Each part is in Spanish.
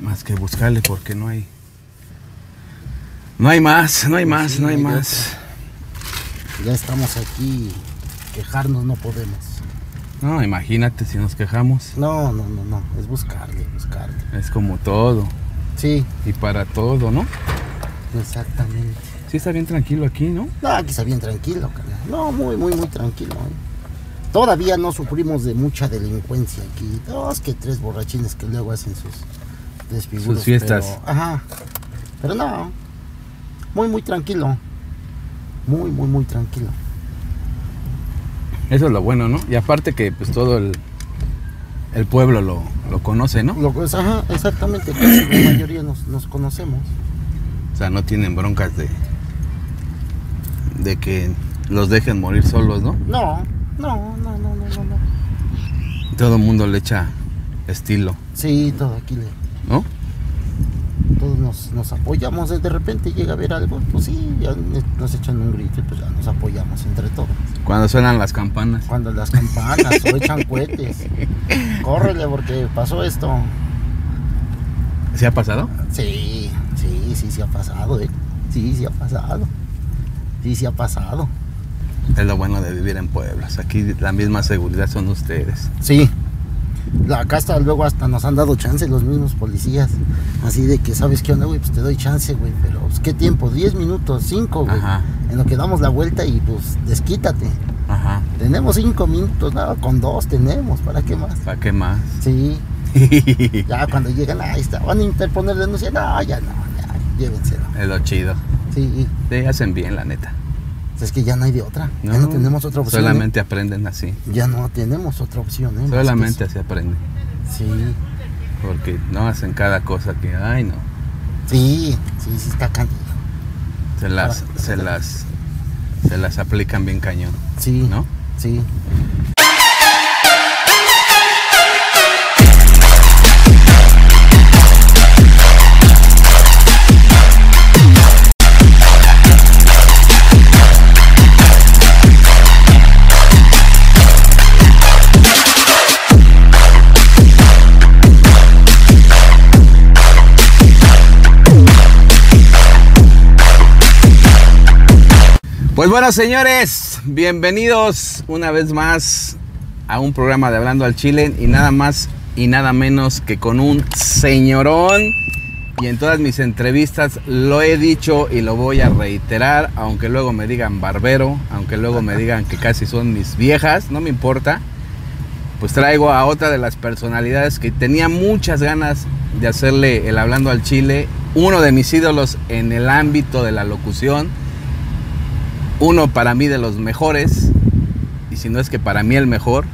Más que buscarle porque no hay. No hay más, no hay más, sí, no hay no hay más. Ya estamos aquí, quejarnos no podemos. No, imagínate si nos quejamos. No, no, no, no, es buscarle, buscarle. Es como todo. Sí, Y para todo, ¿no? exactamente. Sí está bien tranquilo aquí, ¿no? No, aquí está bien tranquilo, carnal. No, muy, muy, muy tranquilo. ¿eh? Todavía no sufrimos de mucha delincuencia aquí. Dos que tres borrachines que luego hacen sus desfiguros. Sus fiestas. pero- ajá. Pero no. Muy, muy tranquilo. Muy, muy, muy tranquilo. Eso es lo bueno, ¿no? Y aparte que pues todo el, el pueblo lo, lo conoce, ¿no? Lo, pues, ajá, exactamente. casi la mayoría nos, nos conocemos. O sea, no tienen broncas de de que los dejen morir solos, ¿no? No, no, no, no, no, no. no. Todo el mundo le echa estilo, Sí, todo aquí le, ¿no? todos nos, nos apoyamos, de repente llega a ver algo, pues sí, ya nos echan un grito y pues ya nos apoyamos entre todos. Cuando suenan las campanas. Cuando las campanas o echan cohetes, córrele porque pasó esto. ¿Se ha pasado? Sí, sí, sí, sí ha pasado, eh. Sí, sí ha pasado. Sí, sí ha pasado. Es lo bueno de vivir en pueblos. Aquí la misma seguridad son ustedes. Sí. La- Acá hasta luego hasta nos han dado chance los mismos policías. Así de que, ¿sabes qué onda, güey? Pues te doy chance, güey. Pero, pues, ¿qué tiempo? 10 minutos, 5, güey. Ajá. En lo que damos la vuelta y, pues, desquítate. Ajá. Tenemos cinco minutos, nada, con dos tenemos, ¿para qué más? ¿Para qué más? Sí, ya cuando llegan, ahí está, van a interponer denuncia, no, ya no, ya, llévenselo. es lo chido. Sí, Sí, hacen bien, la neta. pues es que ya no hay de otra, ya no tenemos otra opción. ¿eh? Solamente aprenden así. Ya no tenemos otra opción, ¿eh? Más que Solamente así aprenden. eso. Sí, Porque no hacen cada cosa que, ay no, sí, sí, sí está canijo. se las, Ahora, se las, se las aplican bien cañón, Sí, ¿no? sí. Pues bueno, señores, bienvenidos una vez más a un programa de Hablando al Chile y nada más y nada menos que con un señorón. Y en todas mis entrevistas lo he dicho y lo voy a reiterar, aunque luego me digan barbero, aunque luego me digan que casi son mis viejas, no me importa. Pues traigo a otra de las personalidades que tenía muchas ganas de hacerle el Hablando al Chile, uno de mis ídolos en el ámbito de la locución uno para mí de los mejores, y si no es que para mí el mejor,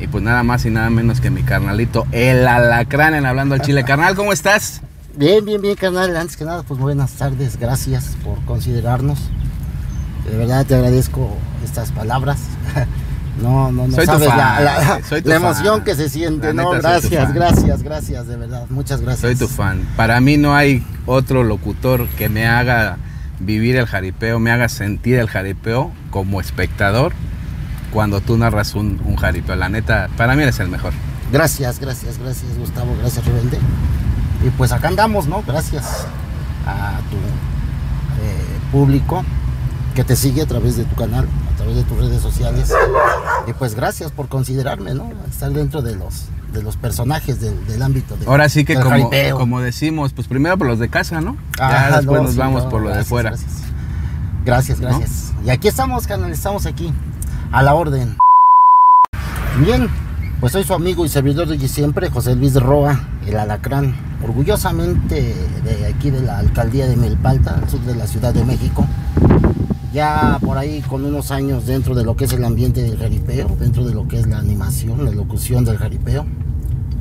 y pues nada más y nada menos que mi carnalito, el alacrán en Hablando al Chile. Carnal, ¿cómo estás? Bien, bien, bien, carnal. Antes que nada, pues buenas tardes. Gracias por considerarnos. De verdad te agradezco estas palabras. No, no, no Soy tu sabes fan, la, la- soy tu la fan. emoción que se siente. La no, neta, soy tu gracias, fan. gracias, gracias, de verdad. Muchas gracias. Soy tu fan. Para mí no hay otro locutor que me haga vivir el jaripeo, me haga sentir el jaripeo como espectador cuando tú narras un, un jaripeo. La neta, para mí eres el mejor. Gracias, gracias, gracias, Gustavo. Gracias, Rebelde. Y pues acá andamos, ¿no? Gracias a tu eh, público que te sigue a través de tu canal, a través de tus redes sociales. Y pues gracias por considerarme, ¿no? Estar dentro de los, de los personajes del, del ámbito de, Ahora sí que del como, jaripeo. como decimos, pues primero por los de casa, ¿no? Ya Ah, no, después nos sí, vamos no, por lo de gracias, fuera. Gracias, gracias. ¿No? gracias. Y aquí estamos, canal, estamos aquí, a la orden. Bien, pues soy su amigo y servidor de siempre, José Luis Roa, el alacrán, orgullosamente de aquí de la alcaldía de Melpalta, al sur de la Ciudad de México. Ya por ahí con unos años dentro de lo que es el ambiente del jaripeo, dentro de lo que es la animación, la locución del jaripeo.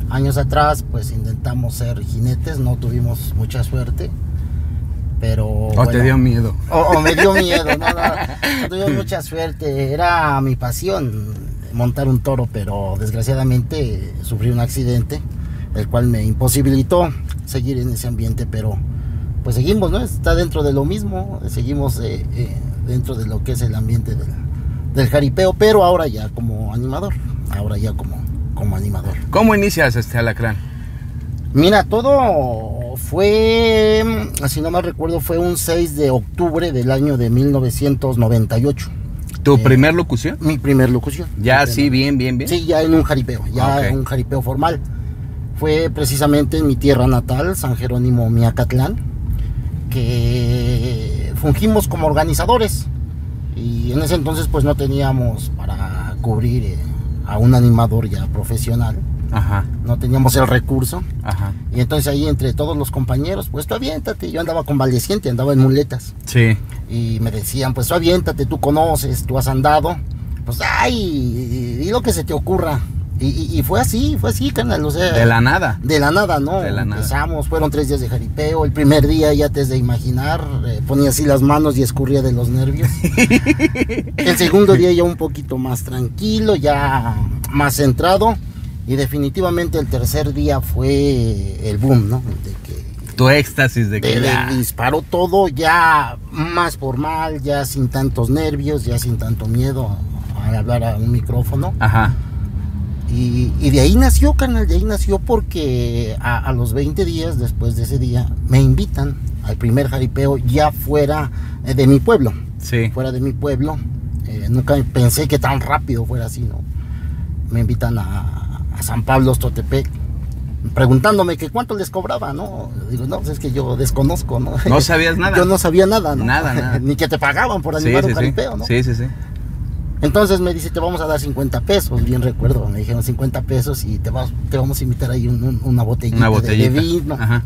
Años atrás pues intentamos ser jinetes, no tuvimos mucha suerte, pero... O bueno. Oh, te dio miedo. O, o me dio miedo, no, no, no tuve mucha suerte, era mi pasión montar un toro, pero desgraciadamente sufrí un accidente, el cual me imposibilitó seguir en ese ambiente, pero pues seguimos, ¿no? Está dentro de lo mismo, seguimos eh, eh, dentro de lo que es el ambiente del, del jaripeo, pero ahora ya como animador, ahora ya como, como animador. ¿Cómo inicias este alacrán? Mira, todo fue, si no mal recuerdo, fue un 6 de octubre del año de 1998. ¿Tu primer locución? Mi primer locución. Ya, Mi sí, primer- bien, bien, bien. Sí, ya en un jaripeo, ya Ok. en un jaripeo formal. Fue precisamente en mi tierra natal, San Jerónimo Miacatlán, que fungimos como organizadores. Y en ese entonces pues no teníamos para cubrir eh, a un animador ya profesional, Ajá, no teníamos el recurso. ajá. Y entonces ahí entre todos los compañeros, pues tú aviéntate, yo andaba convaleciente, andaba en muletas Sí. y me decían, pues tú aviéntate, tú conoces, tú has andado, pues ay, y, y lo que se te ocurra. Y, y- y fue así, fue así, carnal, o sea, De la nada. de la nada, ¿no? De la nada. Empezamos, fueron tres días de jaripeo, el primer día ya te has de imaginar, eh, ponía así las manos y escurría de los nervios. el segundo día ya un poquito más tranquilo, ya más centrado, y definitivamente el tercer día fue el boom, ¿no? De que Tu éxtasis de de- que de- ya. disparó todo ya más formal, ya sin tantos nervios, ya sin tanto miedo al hablar a un micrófono. Ajá. Y, y de ahí nació, canal, de ahí nació porque a, a los 20 días después de ese día me invitan al primer jaripeo ya fuera eh, de mi pueblo. Sí. Fuera de mi pueblo, eh, nunca pensé que tan rápido fuera así, ¿no? Me invitan a, a San Pablo, Totepec. Preguntándome que cuánto les cobraba, ¿no? Digo, no, pues es que yo desconozco, ¿no? No sabías nada. Yo no sabía nada, ¿no? Nada, nada. Ni que te pagaban por Sí, animar sí, un sí. jaripeo, ¿no? Sí, sí, sí. Entonces me dice, te vamos a dar 50 pesos, bien recuerdo, me dijeron 50 pesos y te, vas, te vamos a invitar ahí un- un- una botellita, Una de- botellita. de vino. Ajá.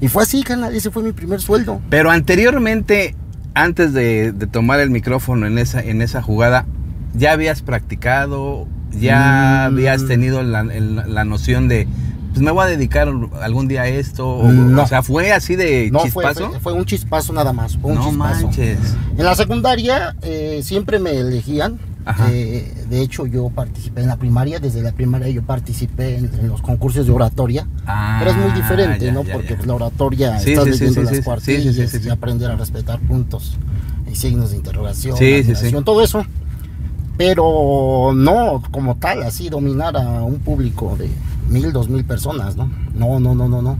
Y fue así, canal, ese fue mi primer sueldo. Pero anteriormente, antes de, de tomar el micrófono en esa, en esa jugada, ¿ya habías practicado? ¿Ya Mm. habías tenido la, el- la noción de, pues me voy a dedicar algún día a esto? O, No. o sea, ¿fue así de No, fue, chispazo? fue, fue un chispazo nada más, fue un no chispazo. manches. En la secundaria eh, siempre me elegían. Ajá. Eh, de hecho, yo participé en la primaria, desde la primaria yo participé en, en los concursos de oratoria. Ah, Pero es muy diferente, ya, ¿no? ya, Porque ya. pues, la oratoria Sí, estás sí, sí, leyendo sí, las sí, sí, cuartillas sí, sí, sí. y aprender a respetar puntos y signos de interrogación, Sí, sí, sí. admiración, todo eso. Pero no como tal, así dominar a un público de mil, dos mil personas, ¿no? No, no, no, no, no.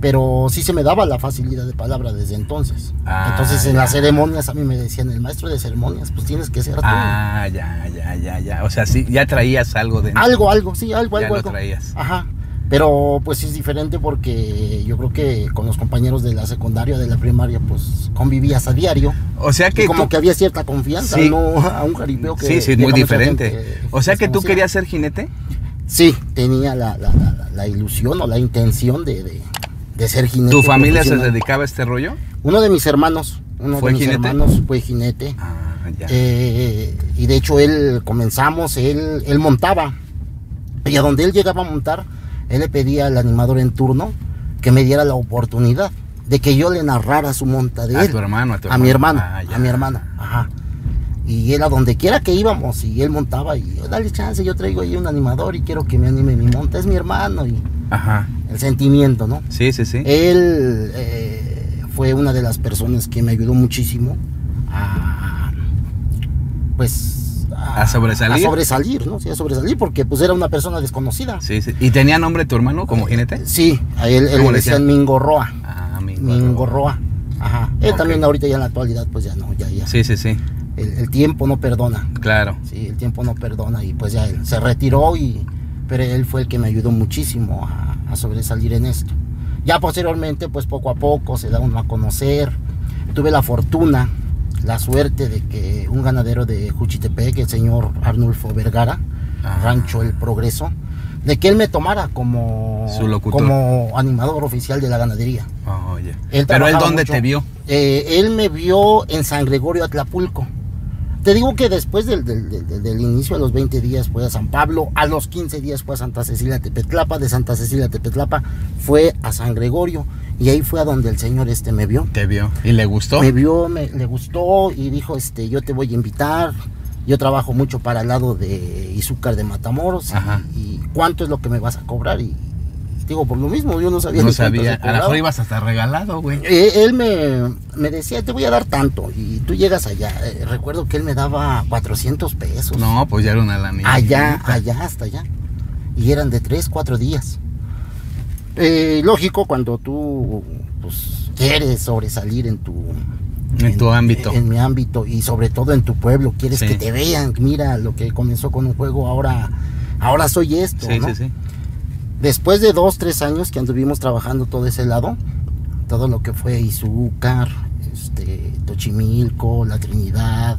Pero sí se me daba la facilidad de palabra desde entonces. Ah, entonces en ya. las ceremonias a mí me decían, el maestro de ceremonias, pues tienes que ser tú. Ah, ya, ya, ya, ya. O sea, sí, ya traías algo de... Algo, algo, sí, algo, ya algo. lo algo. traías. Ajá. Pero pues sí es diferente porque yo creo que con los compañeros de la secundaria, de la primaria, pues convivías a diario. O sea Y que como tú- que había cierta confianza, Sí. ¿no? A un jaripeo que. Sí, sí, llega muy mucha diferente. gente o sea que tú desconocida. querías ser jinete. Sí, tenía la, la- la- la ilusión o la intención de, de- de ser jinete. ¿Tu familia se pues, profesional. dedicaba a este rollo? Uno de mis hermanos, uno ¿Fue de mis jinete? hermanos fue jinete. Ah, ya. Eh, y de hecho él comenzamos, él, él montaba. Y a donde él llegaba a montar, él le pedía al animador en turno que me diera la oportunidad de que yo le narrara su monta de a él. Ah, tu hermano, a tu a mi hermano, Ah, ya. a mi hermana, ajá. Y él a donde quiera que íbamos, y él montaba, y yo, dale chance, yo traigo ahí un animador y quiero que me anime mi monta, es mi hermano, y Ajá. el sentimiento, ¿no? Sí, sí, sí. Él eh, fue una de las personas que me ayudó muchísimo a, pues, A sobresalir. A sobresalir, ¿no? Sí, a sobresalir, porque pues era una persona desconocida. Sí, sí, sí. ¿Y tenía nombre tu hermano como eh, jinete? a él, él ¿Cómo le le decían? decían Mingorroa. Ah, mi Mingorroa. Ajá. Él Ok. también ahorita ya en la actualidad, pues ya no, ya, ya. Sí, sí, sí. El, el tiempo no perdona. Claro. Sí, el tiempo no perdona y pues ya él se retiró y pero él fue el que me ayudó muchísimo a, a sobresalir en esto. Ya posteriormente, pues poco a poco se da uno a conocer. Tuve la fortuna, la suerte de que un ganadero de Juchitepec, el señor Arnulfo Vergara, Ah. Rancho El Progreso, de que él me tomara como, Su locutor. como animador oficial de la ganadería. Oh, ya. Él Pero él trabajaba dónde mucho. te vio. Eh, él me vio en San Gregorio Atlapulco. Te digo que después del, del- del- del- del inicio, a los 20 días fue a San Pablo, a los 15 días fue a Santa Cecilia Tepetlapa, de Santa Cecilia Tepetlapa fue a San Gregorio y ahí fue a donde el señor este me vio. Te vio. ¿Y le gustó? Me vio, me, le gustó y dijo, este, yo te voy a invitar, yo trabajo mucho para el lado de Izúcar de Matamoros Ajá. y, y cuánto es lo que me vas a cobrar. Y, y digo, por lo mismo, yo no sabía No ni cuánto sabía. se A lo cobraba. mejor ibas hasta regalado, güey. Eh, él me, me decía, te voy a dar tanto. Y tú llegas allá. Eh, recuerdo que él me daba 400 pesos. No, pues Ah, ya era una lanita. Allá, allá, hasta allá. Y eran de 3, 4 días. eh, lógico, cuando tú pues, quieres sobresalir en tu, En tu ámbito. En mi ámbito y sobre todo en tu pueblo, quieres Sí. que te vean, mira lo que comenzó con un juego, ahora, ahora soy esto. Sí, ¿no? sí, sí. Después de dos, tres años que anduvimos trabajando todo ese lado, todo lo que fue Izúcar, este, Tochimilco, La Trinidad,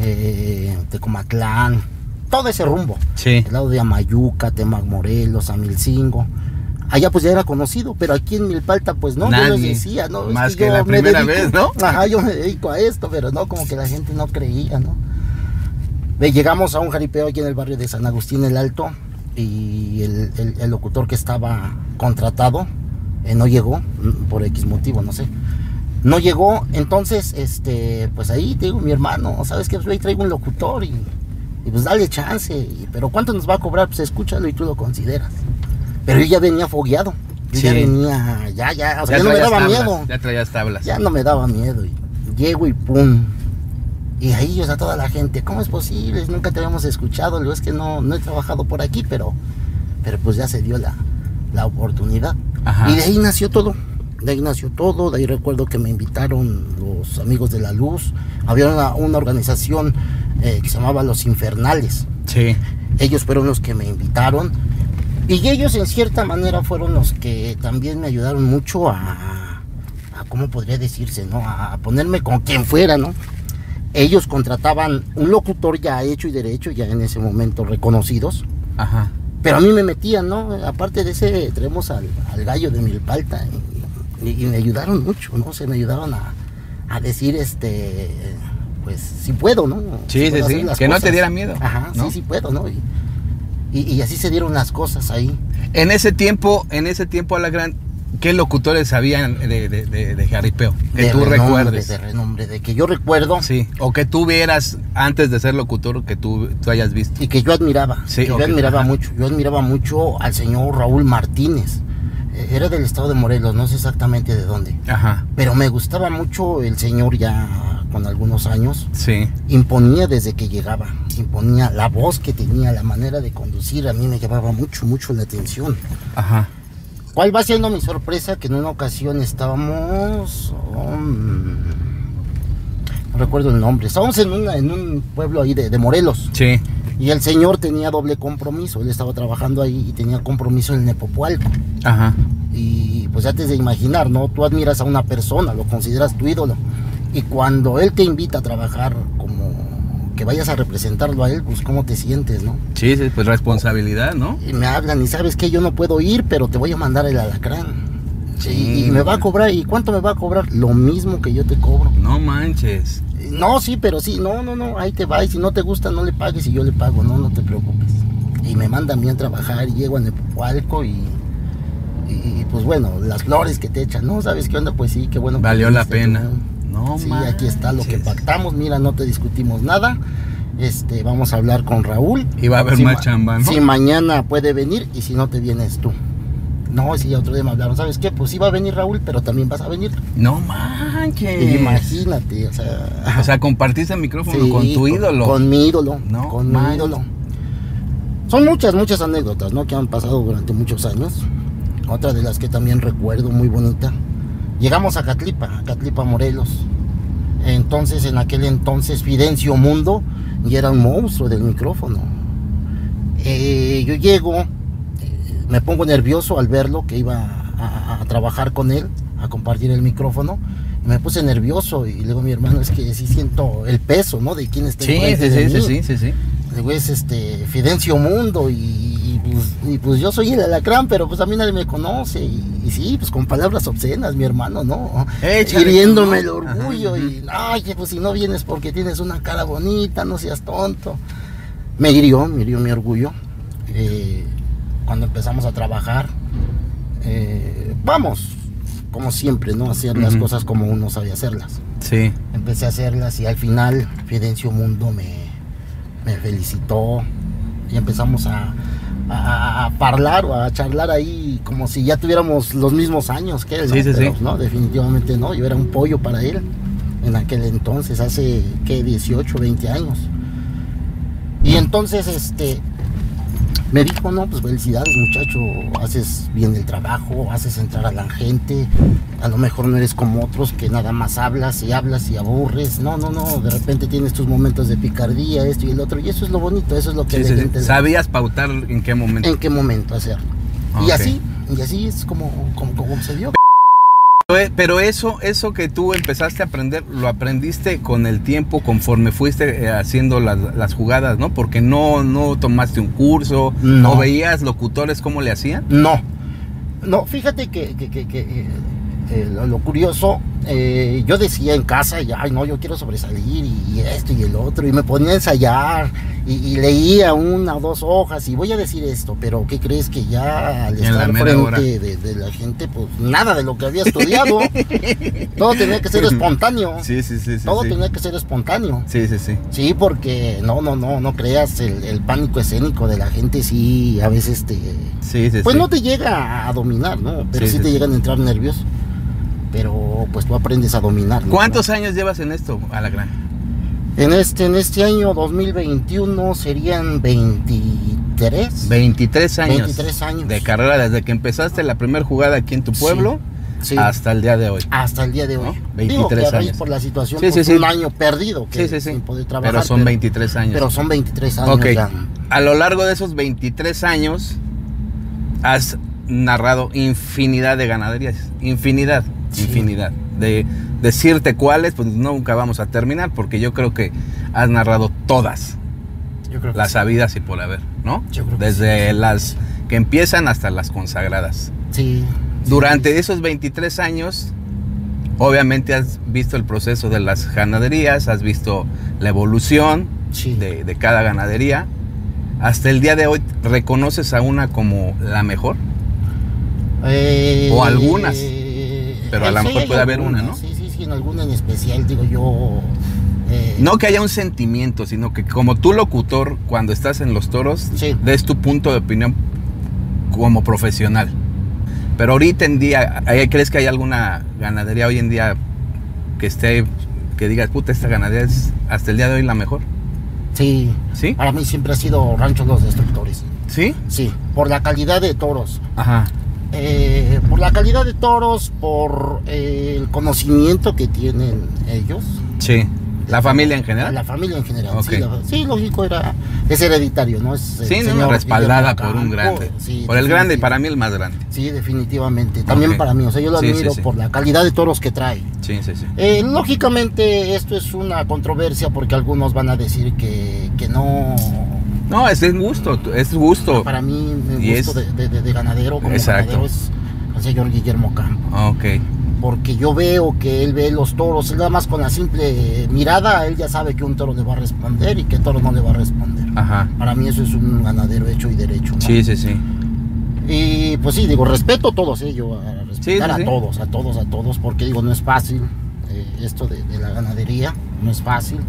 eh, Tecomatlán, todo ese rumbo. Sí. El lado de Amayuca, Temac Morelos, Amilcingo. Allá pues ya era conocido, pero aquí en Milpalta pues no, yo les Nadie. decía, ¿no? Más que la primera vez, ¿no? Ajá, yo me dedico a esto, pero no, como que la gente no creía, ¿no? Ve, llegamos a un jaripeo aquí en el barrio de San Agustín el Alto y el, el- el locutor que estaba contratado eh, no llegó, mm, por X motivo, no sé. No llegó, entonces, este, pues ahí te digo, mi hermano, ¿sabes qué? Pues ahí traigo un locutor y, y pues dale chance, y- pero ¿cuánto nos va a cobrar? Pues escúchalo y tú lo consideras. Pero yo ya venía fogueado, yo ya Sí. venía, ya, ya, o sea, Ya ya, no me traías daba tablas, miedo. Ya traías tablas. Ya no me daba miedo. Y llego y pum. Y ahí, o sea, toda la gente, ¿cómo es posible? Nunca te habíamos escuchado. Lo es que no, no he trabajado por aquí, pero, pero pues ya se dio la, la oportunidad. Ajá. Y de ahí nació todo. De ahí nació todo. De ahí recuerdo que me invitaron los amigos de la luz. Había una, una organización eh, que se llamaba Los Infernales. Sí. Ellos fueron los que me invitaron. Y ellos en cierta manera fueron los que también me ayudaron mucho a, a ¿cómo podría decirse? ¿no? A, a ponerme con quien fuera, ¿no? Ellos contrataban un locutor ya hecho y derecho, ya en ese momento reconocidos. Ajá. Pero a mí me metían, ¿no? Aparte de ese, traemos al, al gallo de Milpalta. Y, y me ayudaron mucho, ¿no? Se me ayudaron a, a decir, este, pues, si puedo, ¿no? Sí, Si puedo sí, hacer sí. las Que no te cosas. diera miedo, Ajá, ¿no? sí, sí puedo, ¿no? Y, y, y así se dieron las cosas ahí. En ese tiempo, en ese tiempo, Alagran, ¿qué locutores sabían de, de, de, de jaripeo? Que De tú renombre, recuerdes. De renombre, de que yo recuerdo Sí. O que tú vieras antes de ser locutor que tú, tú hayas visto. y que yo admiraba. Sí, que ok, yo admiraba ajá. mucho. Yo admiraba mucho al señor Raúl Martínez. Eh, Era del estado de Morelos, no sé exactamente de dónde. Ajá. Pero me gustaba mucho el señor ya con algunos años. Sí. Imponía desde que llegaba. Imponía la voz que tenía, la manera de conducir. A mí me llamaba mucho, mucho la atención. Ajá. ¿Cuál va siendo mi sorpresa? Que en una ocasión estábamos. um, no recuerdo el nombre. Estábamos en, una- en un pueblo ahí de, de Morelos. Sí. Y el señor tenía doble compromiso. Él estaba trabajando ahí y tenía compromiso en Nepopualco. Ajá. Y pues antes de imaginar, ¿no? Tú admiras a una persona, lo consideras tu ídolo. Y cuando él te invita a trabajar como que vayas a representarlo a él, pues cómo te sientes, ¿no? Sí, sí, pues responsabilidad, ¿no? Y me hablan y sabes que yo no puedo ir, pero te voy a mandar el alacrán. Y, y me va a cobrar, ¿y cuánto me va a cobrar? Lo mismo que yo te cobro. No manches. No, sí, pero sí, no, no, no, ahí te va, y si no te gusta, no le pagues y yo le pago, no, no te preocupes. Y me manda a mí a trabajar, y llego a Nepoalco y, y, y, pues bueno, las flores que te echan, ¿no? ¿Sabes qué onda? Pues sí, qué bueno. que Valió la viniste pena. tú. No Sí, aquí está lo que manches. pactamos, mira, no te discutimos nada. Este, vamos a hablar con Raúl. Y va a haber Si más ma- chamba, ¿no? Si mañana puede venir y si no te vienes tú. No, sí, otro día me hablaron, ¿sabes qué? Pues sí va a venir Raúl, pero también vas a venir. No manches. Imagínate, o sea, O sea, compartiste el micrófono Sí, con tu ídolo. Con mi ídolo. No Con manches. mi ídolo. Son muchas, muchas anécdotas, ¿no? Que han pasado durante muchos años. Otra de las que también recuerdo, muy bonita. Llegamos a Catlipa, a Catlipa Morelos. Entonces, en aquel entonces, Fidencio Mundo y era un monstruo del micrófono. Eh, yo llego, eh, me pongo nervioso al verlo, que iba a, a- a trabajar con él, a compartir el micrófono. Me puse nervioso y le digo a mi hermano, es que sí siento el peso, ¿no? De quién está Sí, enfrente sí, de sí, sí, sí, mí". sí, sí. Le digo, es este, Fidencio Mundo y, y, pues, y, pues, yo soy el alacrán, pero pues a mí nadie me conoce. Y, y sí, pues con palabras obscenas, mi hermano, ¿no? Échale, Hiriéndome el ¿no? orgullo Ajá, y, ay, que, pues si no vienes porque tienes una cara bonita, no seas tonto. Me hirió, me hirió mi orgullo. Eh, cuando empezamos a trabajar, eh, vamos, como siempre, ¿no? Hacer las Ujú. cosas como uno sabe hacerlas Sí. empecé a hacerlas y al final Fidencio Mundo me, me felicitó y empezamos a, a, a hablar o a charlar ahí como si ya tuviéramos los mismos años que él. ¿no? Sí, sí, sí. Pero, ¿no? Definitivamente no, yo era un pollo para él en aquel entonces, hace ¿qué? 18, 20 años. Y entonces este me dijo, no, pues felicidades muchacho, haces bien el trabajo, haces entrar a la gente, a lo mejor no eres como otros que nada más hablas y hablas y aburres, no, no, no, de repente tienes tus momentos de picardía, esto y el otro, y eso es lo bonito, eso es lo que Sí, la sí, sí. gente le- ¿Sabías pautar en qué momento? en qué momento hacerlo. Ok. Y así, y así es como, como, como se dio. Pero- eh, Pero eso, eso que tú empezaste a aprender, lo aprendiste con el tiempo, conforme fuiste eh, haciendo las, las jugadas, ¿no? Porque no, no tomaste un curso, no, No. veías locutores cómo le hacían. No. No, fíjate que, que- que- que, eh, eh, lo, lo curioso, eh, yo decía en casa, y, ay no, yo quiero sobresalir y, y esto y el otro, y me ponía a ensayar y, y leía una o dos hojas y voy a decir esto, pero ¿qué crees que ya al Ya en la estar mera hora. frente de, de la gente, pues nada de lo que había estudiado, todo tenía que ser espontáneo, Sí, sí, sí, sí. Ah. todo sí. tenía que ser espontáneo. Sí, sí, sí. Sí, porque no, no, no, no creas, el, el pánico escénico de la gente sí a veces te... Sí, sí, Pues sí. no te llega a dominar, ¿no? Pero Sí, sí, sí, te sí. llegan a entrar nervios. Pero pues tú aprendes a dominar. ¿no? ¿Cuántos años llevas en esto, Alacrán? En este, en este año 2021 serían 23. 23 años. 23 años. De carrera, desde que empezaste la primera jugada aquí en tu Sí, pueblo sí, hasta, hasta el día de hoy. el día de hoy. ¿no? Digo que 23 a raíz años. por la situación Sí, sí, pues, sí. un año perdido que Sí, sí, sí. sin poder trabajar. Pero son 23 años. Pero son 23 años Ok, ya. a lo largo de esos 23 años has narrado infinidad de ganaderías, infinidad, Sí. infinidad. De decirte cuáles, pues nunca vamos a terminar porque yo creo que has narrado todas Yo creo que las habidas y por haber, ¿no? Yo creo que Desde las que empiezan hasta las consagradas. sí. Sí, Durante esos 23 años, obviamente has visto el proceso de las ganaderías, has visto la evolución, sí. de, de cada ganadería. Hasta el día de hoy, ¿reconoces a una como la mejor? Eh, O algunas. eh, Pero a lo sí, mejor hay puede haber una, algunas, ¿no? Sí, sí, sí, en alguna en especial, digo yo. eh, No que haya un sentimiento, sino que como tú locutor, cuando estás en los toros, Sí. des tu punto de opinión como profesional. Pero ahorita en día, ¿eh, ¿crees que hay alguna ganadería hoy en día que esté, que digas, puta, esta ganadería es hasta el día de hoy la mejor? Sí, ¿Sí? para mí siempre ha sido Rancho Los Destructores. ¿Sí? Sí, por la calidad de toros. Ajá. Eh, por la calidad de toros, por eh, el conocimiento que tienen ellos. Sí. ¿La familia en general? La familia en general. Ok. Sí, la- sí, lógico, era, es hereditario, ¿no? Es el Sí, no, señor respaldada Guillermo por un Campo, grande. sí, por el grande y definitiv- para mí el más grande. Sí, definitivamente. También Ok. para mí. O sea, yo lo Sí, sí, admiro sí. por la calidad de toros que trae. Sí, sí, sí. Eh, lógicamente esto es una controversia porque algunos van a decir que, que no. No, es, es gusto, tú- es gusto. Para mí, mi Oh. Y gusto es- de, de- de ganadero como Exacto. ganadero es el señor Guillermo Campo. Ah, Ok. Porque yo veo que él ve los toros, él nada más con la simple mirada, él ya sabe que un toro le va a responder y que toro no le va a responder. Ajá. Para mí eso es un ganadero hecho y derecho. ¿no? Sí, sí, sí. Y pues sí, digo, respeto a todos, ¿eh? yo a respetar sí, sí. a todos, a todos, a todos, porque digo, no es fácil eh, esto de, de la ganadería, no es fácil.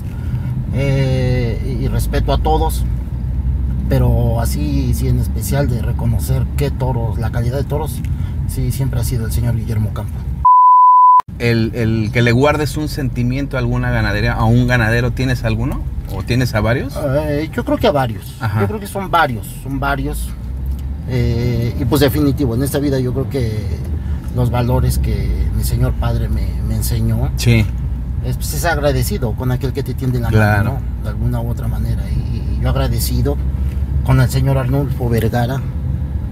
Eh, y, y respeto a todos, pero así, sí, en especial de reconocer qué toros, la calidad de toros, sí, siempre ha sido el señor Guillermo Campo. El, el que le guardes un sentimiento a alguna ganadería, a un ganadero, ¿tienes alguno? ¿O tienes a varios? Eh, yo creo que a varios, Ajá. yo creo que son varios, son varios. Eh, y pues definitivo, en esta vida yo creo que los valores que mi señor padre me, me enseñó, Sí. es, pues, es agradecido con aquel que te tiende la Claro. mano, ¿no? de alguna u otra manera. Y, y yo agradecido con el señor Arnulfo Vergara,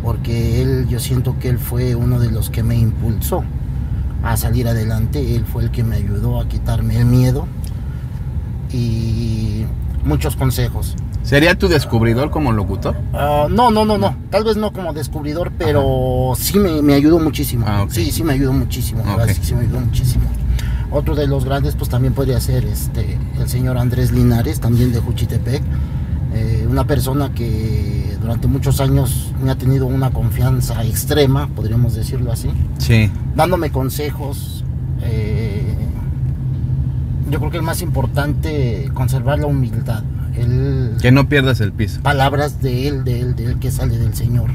porque él, yo siento que él fue uno de los que me impulsó a salir adelante, él fue el que me ayudó a quitarme el miedo y muchos consejos. ¿Sería tu descubridor como locutor? Ah, no, no, no, no. Tal vez no como descubridor, pero sí me, me ayudó muchísimo. Ah, ok. Sí, sí me ayudó muchísimo. la verdad, Ok. sí, sí me ayudó muchísimo. Otro de los grandes, pues también podría ser este, el señor Andrés Linares, también de Juchitepec. Eh, una persona que durante muchos años me ha tenido una confianza extrema, podríamos decirlo así, Sí. dándome consejos. eh, yo creo que el más importante, conservar la humildad. Él Que no pierdas el piso. palabras de él, de él, de él que sale del Señor.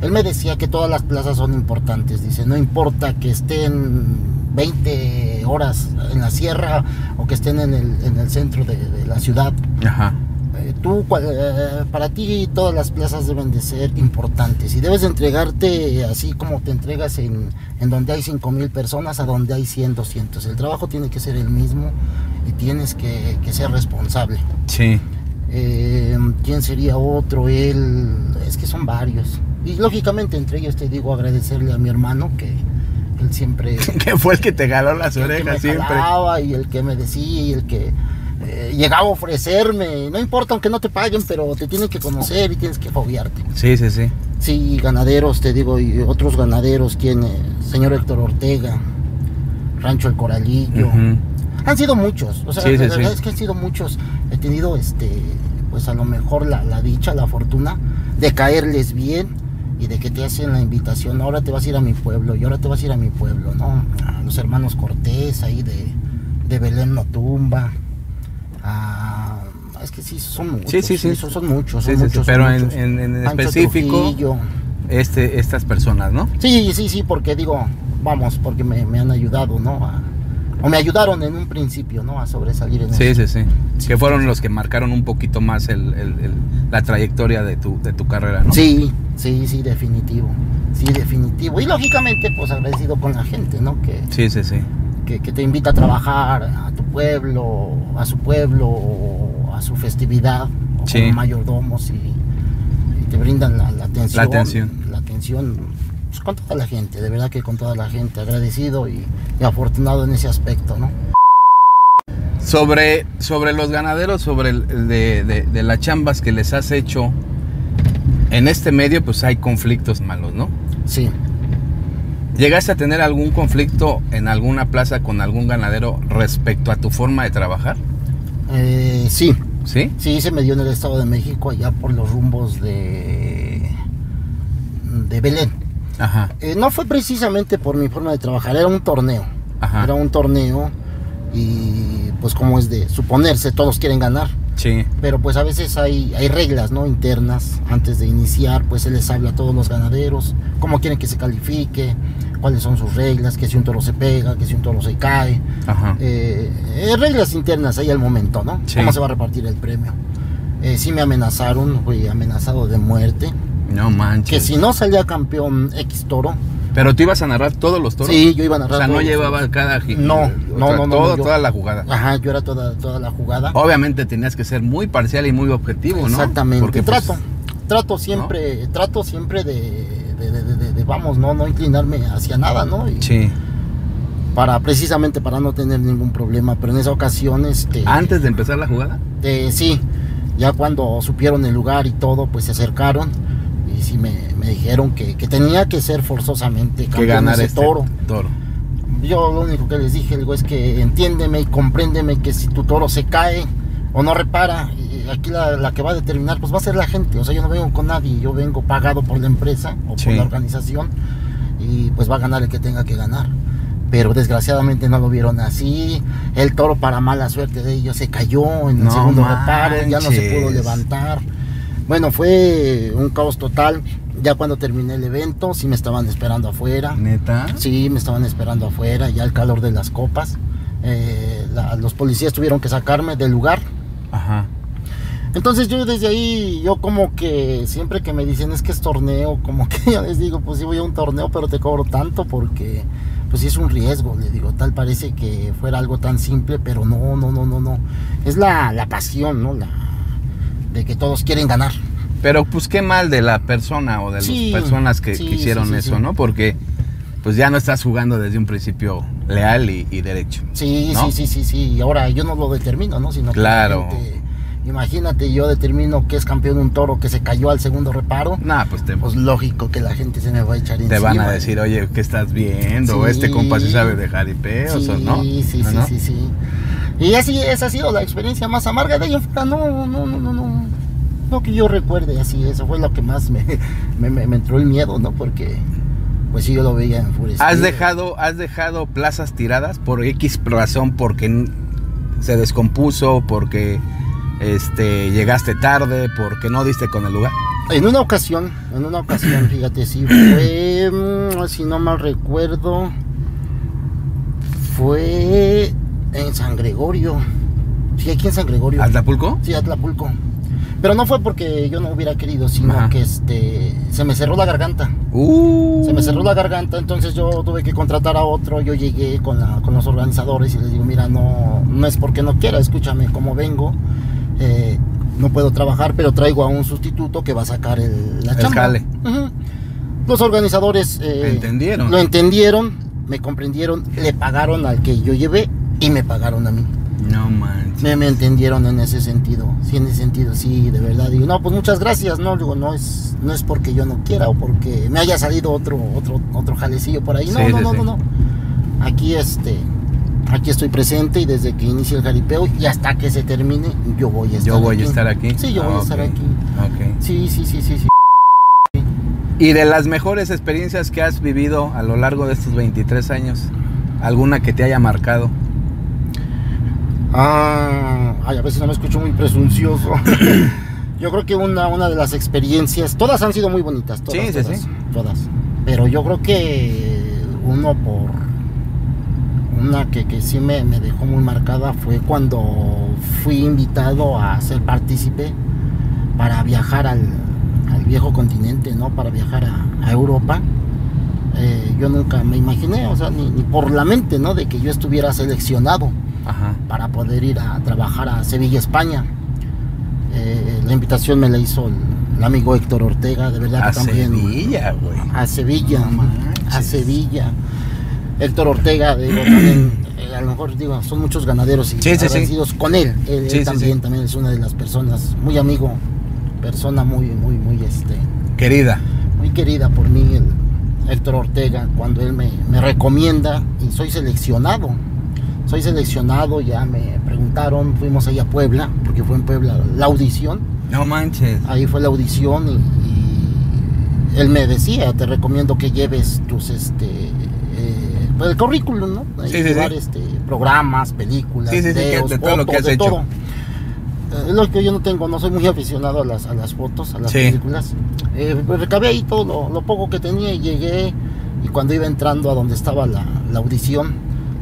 Él me decía que todas las plazas son importantes, dice, no importa que estén 20 horas en la sierra o que estén en el, en el centro de, de la ciudad, Ajá. eh, tú, cual- eh, para ti todas las plazas deben de ser importantes y debes de entregarte así como te entregas en, en donde hay 5 mil personas a donde hay 100, 200. El trabajo tiene que ser el mismo y tienes que, que ser responsable. Sí. Eh, ¿Quién sería otro? Él, es que son varios. Y lógicamente entre ellos te digo agradecerle a mi hermano que él siempre... Que fue el que te jaló las el que me orejas siempre. jalaba y el que me decía y el que eh, llegaba a ofrecerme. No importa aunque no te paguen, pero te tienen que conocer y tienes que fobiarte. Sí, sí, sí. Sí, ganaderos, te digo, y otros ganaderos, quien, eh, señor Héctor Ortega, Rancho El Coralillo. Ujú. Han sido muchos, o sea, Sí, sí, la sí. verdad es que han sido muchos. He tenido, este, pues a lo mejor la, la dicha, la fortuna de caerles bien y de que te hacen la invitación. Ahora te vas a ir a mi pueblo y ahora te vas a ir a mi pueblo, ¿no? A los hermanos Cortés ahí de, de Belén No Tumba. a- es que sí, son muchos. Sí, sí, sí. Son, son muchos, Sí, son sí, sí, muchos. son pero en- muchos. en- en Pancho específico- Trujillo. Este, estas personas, ¿no? Sí, sí, sí, porque digo, vamos, porque me, me han ayudado, ¿no? A- o me ayudaron en un principio, ¿no? A sobresalir en Sí, eso. sí, sí. Que fueron los que marcaron un poquito más el- el- el- la trayectoria de tu, de tu carrera, ¿no? Sí, sí, sí, definitivo. Sí, definitivo. Y lógicamente, pues agradecido con la gente, ¿no? Que, Sí, sí, sí. que, que te invita a trabajar a tu pueblo, a su pueblo, o a su festividad, o Sí. como mayordomos y, y te brindan la, la atención. atención. la atención, pues, con toda la gente, de verdad que con toda la gente. Agradecido y- y afortunado en ese aspecto, ¿no? Sobre, sobre los ganaderos, sobre el, el de, de- de las chambas que les has hecho, en este medio pues hay conflictos malos, ¿no? Sí. ¿Llegaste a tener algún conflicto en alguna plaza con algún ganadero respecto a tu forma de trabajar? Eh, sí, ¿Sí? sí, se me dio en el Estado de México, allá por los rumbos de, de Belén. Ajá, Eh, no fue precisamente por mi forma de trabajar, era un torneo. ajá. Era un torneo y pues como es de suponerse, todos quieren ganar. Sí, Pero pues a veces hay, hay reglas ¿no? internas. Antes de iniciar, pues se les habla a todos los ganaderos cómo quieren que se califique, cuáles son sus reglas, que si un toro se pega, que si un toro se cae. ajá. eh, eh, reglas internas ahí al momento, ¿no? Sí. ¿Cómo se va a repartir el premio? Eh, sí me amenazaron, fui amenazado de muerte. No Que manches. si no salía campeón X toro, Pero tú ibas a narrar todos los toros. sí, yo iba a narrar. O sea, no todos los llevaba toros. cada gi- No, o sea, no, no, no, todo- yo- toda la jugada. Ajá, yo era toda, toda la jugada. Obviamente tenías que ser muy parcial y muy objetivo, Oh, ¿no? Exactamente. Porque, pues, trato, trato siempre, trato siempre de, de- de- de- de- de, vamos, no, no inclinarme hacia nada, ¿no? Y sí. Para, precisamente para no tener ningún problema. Pero en esa ocasión, este. Antes de empezar la jugada. Eh, sí, ya cuando supieron el lugar y todo, pues se acercaron y sí me, me dijeron que, que tenía que ser forzosamente que campeón ganar ese este toro. toro. Yo lo único que les dije digo, es que entiéndeme y compréndeme que si tu toro se cae o no repara, y aquí la, la que va a determinar pues va a ser la gente. O sea, yo no vengo con nadie, yo vengo pagado por la empresa o Sí. por la organización y pues va a ganar el que tenga que ganar. Pero desgraciadamente no lo vieron así. El toro para mala suerte de ellos se cayó en el No segundo reparo, ya no se pudo manches. levantar. Bueno, fue un caos total. Ya cuando terminé el evento, sí me estaban esperando afuera. Neta. Ah. Sí, me estaban esperando afuera, ya el calor de las copas. Eh, la- los policías tuvieron que sacarme del lugar. Ajá. Entonces yo desde ahí, yo como que siempre que me dicen es que es torneo, como que yo les digo, pues sí voy a un torneo, pero te cobro tanto porque pues sí es un riesgo, le digo, tal parece que fuera algo tan simple, pero no, no, no, no, no. Es la, la pasión, ¿no? La, de que todos quieren ganar. Pero pues qué mal de la persona o de Sí, las personas que, sí, que hicieron sí, sí, eso, sí. ¿no? Porque pues ya no estás jugando desde un principio leal y, y derecho. Sí, ¿no? sí, sí, sí, sí. Y ahora yo no lo determino, ¿no? Sino que Claro. la gente- imagínate, yo determino que es campeón un toro que se cayó al segundo reparo. Nah, pues te, Pues lógico que la gente se me va a echar encima. te van a decir, oye, ¿qué estás viendo? Sí. Este compa sí sabe de jaripeos o no. Sí, sí, ¿No, sí, no? sí, sí. Y así, esa ha sido la experiencia más amarga de ellos. No, no, no, no, no. No que yo recuerde así, eso fue lo que más me, me, me- me entró el miedo, ¿no? Porque, pues sí, yo lo veía enfurecido. ¿Has dejado, ¿Has dejado plazas tiradas por X razón? Porque n- se descompuso, porque este, llegaste tarde, porque no diste con el lugar. En una ocasión, en una ocasión, fíjate, sí, fue, mm, si no mal recuerdo, fue en San Gregorio. Sí, aquí en San Gregorio. ¿Atlapulco? Sí, Atlapulco. Pero no fue porque yo no hubiera querido, sino Ajá. que este, se me cerró la garganta. Uh. Se me cerró la garganta, entonces yo tuve que contratar a otro. Yo llegué con, la- con los organizadores y les digo, mira, no, no es porque no quiera, escúchame cómo vengo. eh, no puedo trabajar, pero traigo a un sustituto que va a sacar el, la El chamba. jale. Ujú. Los organizadores eh, Entendieron. lo entendieron, me comprendieron, le pagaron al que yo llevé y me pagaron a mí. No manches. Me, me entendieron en ese sentido, sí, en ese sentido, sí, de verdad. Digo, no, pues muchas gracias, no, digo, no es, no es porque yo no quiera o porque me haya salido otro, otro, otro jalecillo por ahí. No, Sí, no, sí, no, sí. no, no. Aquí este, aquí estoy presente y desde que inicie el jaripeo y hasta que se termine, yo voy a estar Yo voy aquí. a estar aquí. Sí, yo Ah, voy a estar ok. aquí. Ok. Sí, sí, sí, sí, sí. Y de las mejores experiencias que has vivido a lo largo de estos 23 años, alguna que te haya marcado. Ah, ay, a veces no me escucho muy presuncioso. yo creo que una, una de las experiencias, todas han sido muy bonitas, todas, Sí, sí, todas, sí. todas. Pero yo creo que uno por una que, que sí me, me dejó muy marcada fue cuando fui invitado a ser partícipe para viajar al, al viejo continente, ¿no? Para viajar a, a Europa. Eh, yo nunca me imaginé, o sea, ni, ni por la mente, ¿no? De que yo estuviera seleccionado Ajá. para poder ir a trabajar a Sevilla, España. Eh, la invitación me la hizo el, el amigo Héctor Ortega, de verdad A que también. Sevilla, güey. A Sevilla, No manches. a Sevilla. Héctor Ortega, digo, también, eh, a lo mejor digo, son muchos ganaderos y Sí, sí, sí. agradecidos con él. Él, él Sí, sí, también, sí. también es una de las personas, muy amigo, persona muy, muy, muy este Querida. muy querida por mí, el Héctor Ortega, cuando él me, me recomienda y soy seleccionado. Soy seleccionado, ya me preguntaron, fuimos ahí a Puebla, porque fue en Puebla la audición, No manches. ahí fue la audición y, y él me decía, te recomiendo que lleves tus, este, eh, pues el currículum, ¿no? Ahí Sí, sí, llevar, sí. este, programas, películas, Sí, sí, sí, que videos, de todo lo que fotos, has de hecho. todo. Eh, Es lo que yo no tengo, no soy muy aficionado a las, a las fotos, a las Sí. películas. Eh, pues, recabé ahí todo lo, lo poco que tenía y llegué. Y cuando iba entrando a donde estaba la, la audición,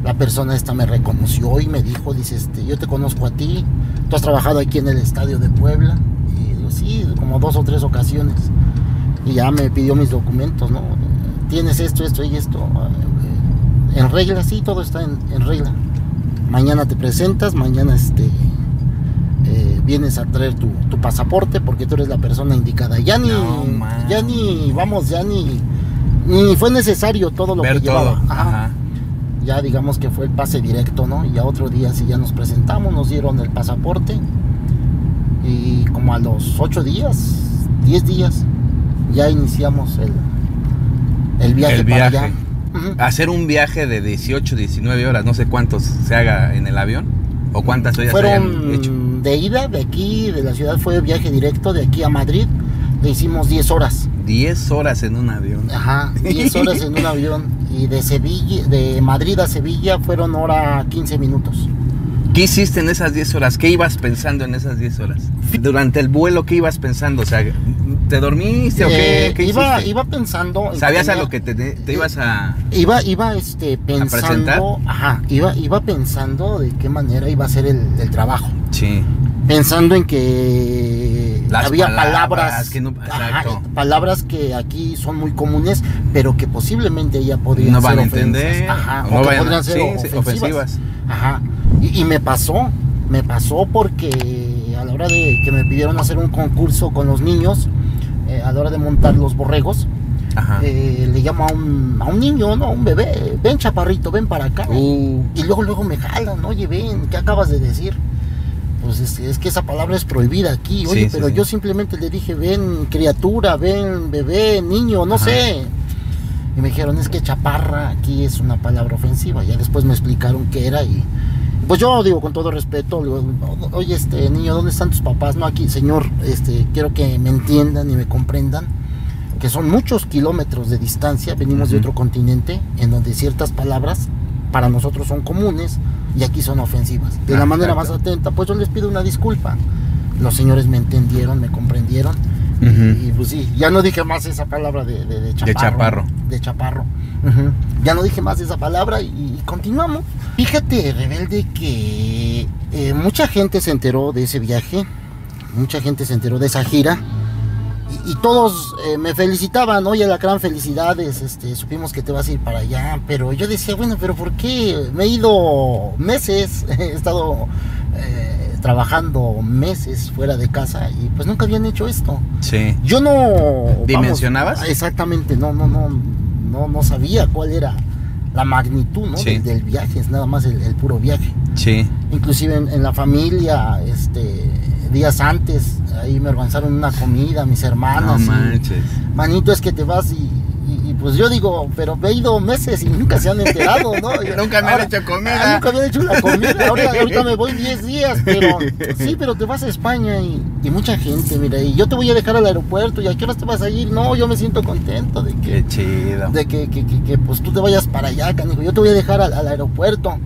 la persona esta me reconoció y me dijo, dice, este, yo te conozco a ti, tú has trabajado aquí en el estadio de Puebla. Y digo, sí, como dos o tres ocasiones. Y ya me pidió mis documentos, ¿no? Tienes esto, esto y esto. eh, En regla, sí, todo está en, en regla. Mañana te presentas, mañana este, eh, vienes a traer tu, tu pasaporte porque tú eres la persona indicada. Ya ni, No mames. ya ni, vamos, ya ni, ni fue necesario todo lo Ver que todo. llevaba. Ajá. Ajá. Ya digamos que fue el pase directo, ¿no? Y ya otro día sí ya nos presentamos, nos dieron el pasaporte y como a los ocho días, 10 días, ya iniciamos el, el viaje El para viaje. Ah, allá. Ujú. Hacer un viaje de 18, 19 horas, no sé cuántos se haga en el avión o cuántas horas se hayan hecho. Fueron de ida de aquí, de la ciudad, fue viaje directo de aquí a Madrid. Le hicimos 10 horas. 10 horas en un avión. Ajá, 10 horas en un avión. Y de Sevilla, de Madrid a Sevilla fueron hora 15 minutos. ¿Qué hiciste en esas 10 horas? ¿Qué ibas pensando en esas 10 horas? Durante el vuelo, ¿qué ibas pensando? O sea, ¿te dormiste o qué? Eh, ¿Qué iba, hiciste? iba pensando. en ¿Sabías a tenía- lo que te, te ibas a...? Iba, iba este, presentar? pensando. Ajá, iba, iba pensando de qué manera iba a ser el, el trabajo. Sí. Pensando en que Las había palabras palabras. que no- ajá, exacto. palabras que aquí son muy comunes, pero que posiblemente ya podrían No ser van a ofensas. entender. Ajá, o o no que van a- podrían ser sí, sí, ofensivas. ofensivas. Ajá. Y, y me pasó, me pasó porque a la hora de que me pidieron hacer un concurso con los niños, eh, a la hora de montar los borregos, Ajá. eh, le llamo a un, a un niño, ¿no? A un bebé, ven chaparrito, ven para acá. Uh, Y luego, luego me jalan, oye, ven, ¿qué acabas de decir? Pues es, es que esa palabra es prohibida aquí. Sí, Oye, sí, pero sí. yo simplemente le dije, ven criatura, ven bebé, niño, no Ajá. sé. Y me dijeron, es que chaparra aquí es una palabra ofensiva. Ya después me explicaron qué era y... Pues yo digo con todo respeto, le digo, oye este niño, ¿dónde están tus papás? No aquí, señor, este, quiero que me entiendan y me comprendan que son muchos kilómetros de distancia, venimos de Ujú. otro continente, en donde ciertas palabras para nosotros son comunes y aquí son ofensivas. De Ah, la manera exacto. más atenta, pues yo les pido una disculpa. Los señores me entendieron, me comprendieron. ujú. Y pues sí, ya no dije más esa palabra de, de, de chaparro. Mm. chaparro. de chaparro. Ujú. Ya no dije más esa palabra y, y continuamos. Fíjate, rebelde, que eh, mucha gente se enteró de ese viaje. Mucha gente se enteró de esa gira. Y, y todos eh, me felicitaban, oye Alacrán, felicidades, este, supimos que te vas a ir para allá, pero yo decía, bueno, pero ¿por qué? Me he ido meses, he estado eh, trabajando meses fuera de casa y pues nunca habían hecho esto. Sí. Yo no... vamos, ah, ¿Dimensionabas? exactamente, no, no, no, no, no sabía cuál era la magnitud ¿no? Sí. del, del viaje, es nada más el- el puro viaje Sí. inclusive en, en la familia, este, días antes, ahí me organizaron una comida, mis No hermanos. y, manches. Manito, es que te vas y, y- y, pues yo digo, pero me he ido meses y nunca se han enterado, ¿no? Y Nunca me han ahora- hecho Ah, comida. nunca me han hecho una comida, ahora, ahorita me voy 10 días, pero sí, pero te vas a España y, y mucha gente, mira, y yo te voy a dejar al aeropuerto y a qué horas te vas a ir, no, yo me siento contento de Qué que, chido. de que, que- que- que, pues tú te vayas para allá, canijo, yo te voy a dejar al, al aeropuerto.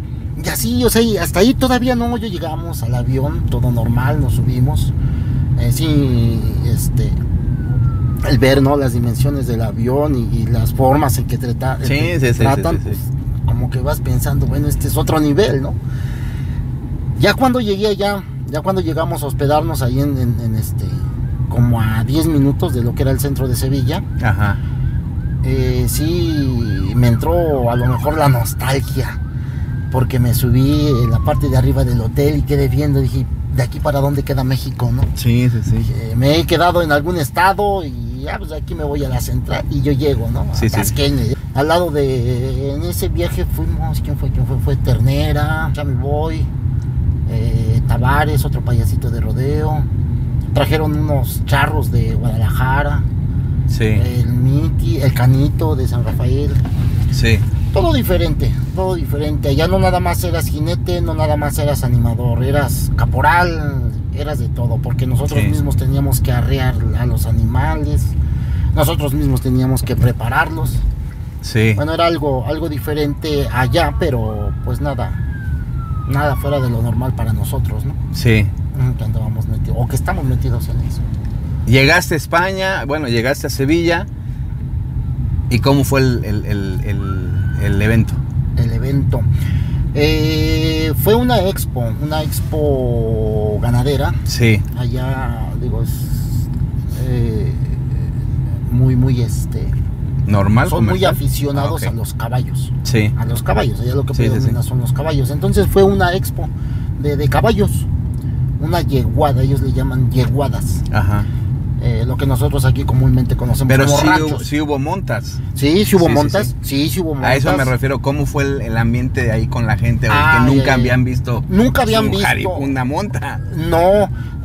Y así, o sea, y hasta ahí todavía no, yo llegamos al avión, todo normal, nos subimos. Eh, sí, este, el ver, ¿no? Las dimensiones del avión y, y las formas en que trata- en Sí, que sí, sí, sí, tratan, sí, sí. pues, como que vas pensando, bueno, este es otro nivel, ¿no? Ya cuando llegué allá, ya cuando llegamos a hospedarnos ahí en, en- en este, como a 10 minutos de lo que era el centro de Sevilla, Ajá. eh, sí me entró a lo mejor la nostalgia, porque me subí en la parte de arriba del hotel y quedé viendo, dije, ¿de aquí para dónde queda México, no? Sí, sí, sí. Dije, me he quedado en algún estado y ya, pues aquí me voy a la central y yo llego, ¿no? A Sí, sí. Tasqueña. Al lado de, en ese viaje fuimos, ¿quién fue? ¿Quién fue? Fue Ternera, ya me voy, eh, Tavares, otro payasito de rodeo. Trajeron unos charros de Guadalajara. Sí, El Miti, el Canito de San Rafael. sí. Todo diferente, todo diferente. Allá no nada más eras jinete, no nada más eras animador, eras caporal, eras de todo, porque nosotros Sí. mismos teníamos que arrear a los animales, nosotros mismos teníamos que prepararlos. Sí. Bueno, era algo, algo diferente allá, pero pues nada, nada fuera de lo normal para nosotros, ¿no? Sí. Mm, Que andábamos metidos, o que estamos metidos en eso. Llegaste a España, bueno, llegaste a Sevilla. ¿Y cómo fue el, el- el- el- el evento? el evento. Eh, fue una expo, una expo ganadera. Sí, Allá, digo, es eh, muy, muy este. normal. Son muy comercial? aficionados Ah, ok. a los caballos. Sí, A los caballos, allá lo que Sí, sí, sí. predomina son los caballos. Entonces fue una expo de, de caballos. Una yeguada, ellos le llaman yeguadas. ajá. Eh, lo que nosotros aquí comúnmente conocemos Pero como sí ranchos. hubo, sí hubo montas. Sí, sí hubo Sí, sí, montas. sí. Sí, sí, hubo montas. A eso me refiero. ¿Cómo fue el, el ambiente de ahí con la gente? güey? Ah, que ya, nunca ya, ya. habían visto Nunca habían un visto. jari- una monta. No,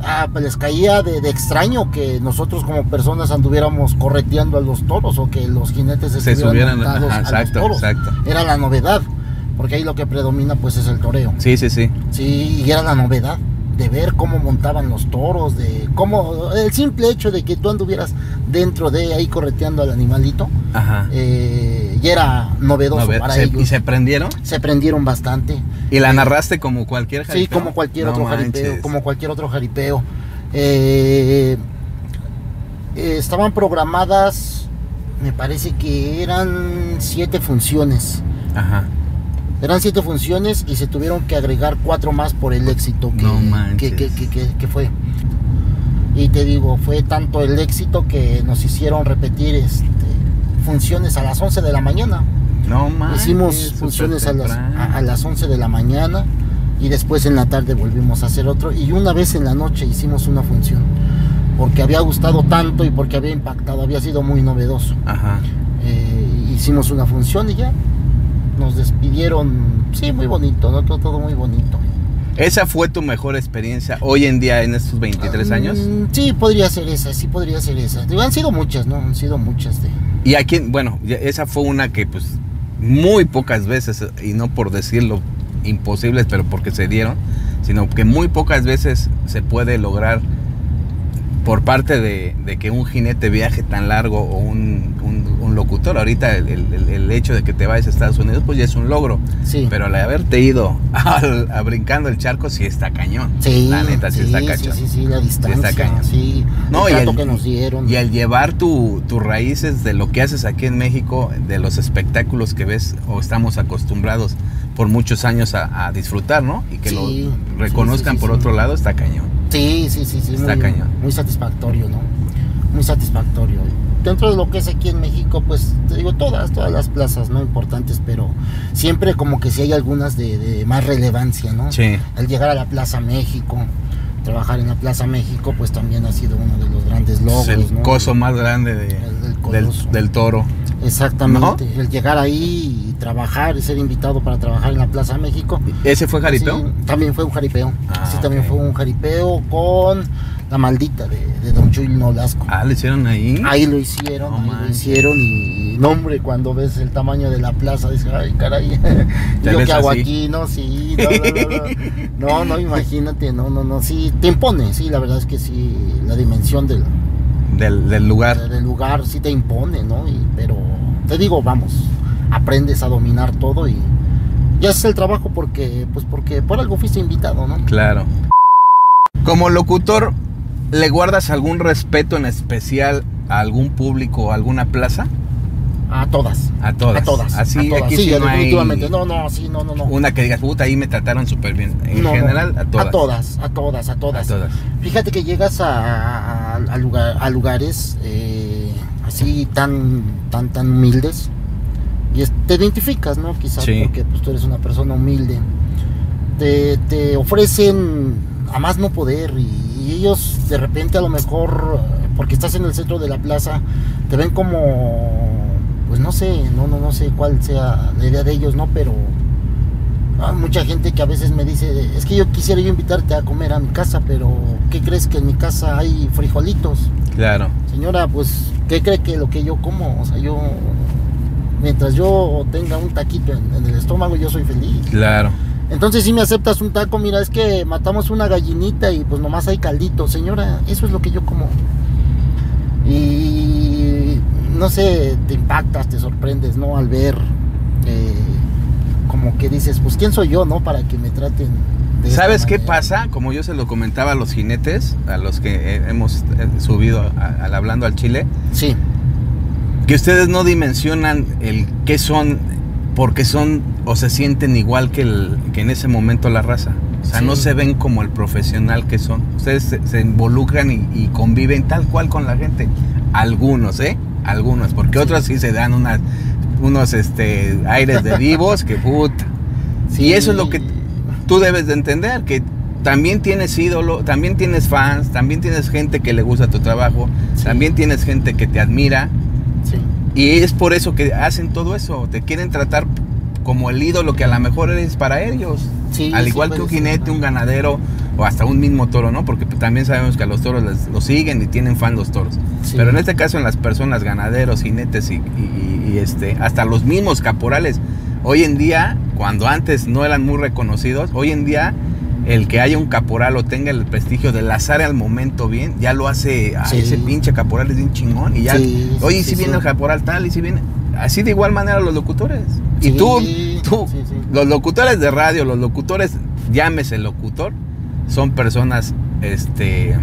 ah, pues les caía de, de extraño que nosotros como personas anduviéramos correteando a los toros o que los jinetes Se subieran. estuvieran montados ajá, a exacto, los toros. exacto. Era la novedad, porque ahí lo que predomina pues es el toreo. Sí, sí, sí. Sí, y era la novedad de ver cómo montaban los toros, de cómo el simple hecho de que tú anduvieras dentro de ahí correteando al animalito, Ajá. eh, ya era novedoso No, ve- para se- ellos. ¿Y se prendieron? se prendieron bastante. ¿Y la narraste como cualquier Sí, jaripeo? como cualquier No otro manches. jaripeo, como cualquier otro jaripeo. Eh, eh, estaban programadas, me parece que eran siete funciones. Ajá. Eran siete funciones y se tuvieron que agregar cuatro más por el éxito que, No que, manches. que- que- que- que fue. Y te digo, fue tanto el éxito que nos hicieron repetir este, funciones a las 11 de la mañana. No manches. Hicimos súper funciones a las, temprano. a, a las 11 de la mañana y después en la tarde volvimos a hacer otro y una vez en la noche hicimos una función porque había gustado tanto y porque había impactado, había sido muy novedoso. Ajá. Eh, hicimos una función y ya nos despidieron, sí, muy bonito, ¿no? todo, todo muy bonito. ¿Esa fue tu mejor experiencia hoy en día en estos 23 años? Mm, Sí, podría ser esa, sí podría ser esa. Digo, han sido muchas, ¿no? Han sido muchas de... Y aquí, bueno, ya- esa fue una que pues muy pocas veces, y no por decirlo imposibles, pero porque se dieron, sino que muy pocas veces se puede lograr por parte de, de que un jinete viaje tan largo o un, un- un locutor. Ahorita el, el- el- el hecho de que te vayas a Estados Unidos pues ya es un logro, Sí. pero al haberte ido al- a, brincando el charco sí está cañón. Sí, la neta, sí está sí, cañón. sí, sí, la distancia, cañón. sí, No, y el trato el- que nos dieron. Y al llevar tu- tus raíces de lo que haces aquí en México, de los espectáculos que ves o estamos acostumbrados por muchos años a, a disfrutar, ¿no? Y que Sí, lo reconozcan sí, sí, por sí. otro lado, está cañón. Sí, sí, sí, sí. Está muy, cañón. muy satisfactorio, ¿no? Muy satisfactorio. Dentro de lo que es aquí en México, pues te digo, todas, todas las plazas, ¿no? Importantes, pero siempre como que sí hay algunas de, de más relevancia, ¿no? Sí. Al llegar a la Plaza México, trabajar en la Plaza México, pues también ha sido uno de los grandes logros, Es el ¿no? coso más grande de- El- el del, coloso. del toro. Exactamente. El llegar ahí y trabajar, y ser invitado para trabajar en la Plaza México. ¿Ese fue Jaripeo? Sí, también fue un jaripeo. Ah, sí, también ok. fue un jaripeo con la maldita de, de Don Chuy Nolasco. Ah, le hicieron ahí. Ahí lo hicieron, No ahí lo manches. hicieron y no hombre, cuando ves el tamaño de la plaza dices, ay caray, Te yo ves qué hago así. aquí, no, sí, no, no, no, no, no, no, imagínate, no, no, no, sí, te impone, sí, la verdad es que sí, la dimensión del, Del, del lugar. del lugar sí te impone, ¿no? Y- pero te digo, vamos, aprendes a dominar todo y ya es el trabajo porque, pues porque por algo fuiste invitado, ¿no? Claro. Como locutor, ¿le guardas algún respeto en especial a algún público o alguna plaza? A todas. A todas. A todas. Así, a todas. aquí sí, sí no hay definitivamente. No, no, sí, no, no, no. Una que digas, puta, ahí me trataron súper bien. En No, no. general, a todas. A todas, a todas, a A todas. todas. Fíjate que llegas a, a- a lugar- a lugares eh, así tan, tan, tan humildes y es- te identificas, ¿no? Quizás Sí. porque pues, tú eres una persona humilde. Te, te ofrecen a más no poder y, y ellos de repente a lo mejor, eh, porque estás en el centro de la plaza, te ven como, pues no sé, no, no, no sé cuál sea la idea de ellos, ¿no? Pero hay Ah, mucha gente que a veces me dice, es que yo quisiera yo invitarte a comer a mi casa, pero ¿qué crees que en mi casa hay frijolitos? Claro. Señora, pues, ¿qué cree que lo que yo como? O sea, yo, mientras yo tenga un taquito en, en el estómago, yo soy feliz. Claro. Entonces, si me aceptas un taco, mira, es que matamos una gallinita y pues nomás hay caldito. Señora, eso es lo que yo como. Y no sé, te impactas, te sorprendes, ¿no? Al ver, eh, como que dices, pues, ¿quién soy yo, no? Para que me traten. de esta ¿Sabes qué manera. pasa? Como yo se lo comentaba a los jinetes, a los que eh, hemos eh, subido a- al hablando al Chile, Sí, que ustedes no dimensionan el qué son, porque son o se sienten igual que, el, que en ese momento la raza. O sea, Sí. no se ven como el profesional que son. Ustedes se, se involucran y, y conviven tal cual con la gente. Algunos, ¿eh? Algunos, porque Sí. otros sí se dan unas, unos este, aires de vivos que puta. Y eso es lo que tú debes de entender que también tienes ídolo, también tienes fans, también tienes gente que le gusta tu trabajo, Sí. también tienes gente que te admira Sí. y es por eso que hacen todo eso, te quieren tratar como el ídolo que a lo mejor eres para ellos, Sí, al sí igual que puede un ser, jinete, ¿no? un ganadero o hasta un mismo toro, ¿no? Porque también sabemos que a los toros les- los siguen y tienen fan los toros. Sí. Pero en este caso en las personas, ganaderos, jinetes y, y- y, este, hasta los mismos caporales, hoy en día, cuando antes no eran muy reconocidos, hoy en día el que haya un caporal o tenga el prestigio de lazar al momento bien, ya lo hace, "Ah, Sí. ese pinche caporal es bien chingón y ya, Sí, oye, sí, y si sí, viene sí. el caporal tal, y si viene, así de igual manera los locutores. Y Sí, tú, tú, sí, sí. los locutores de radio, los locutores, llámese locutor, son personas, este,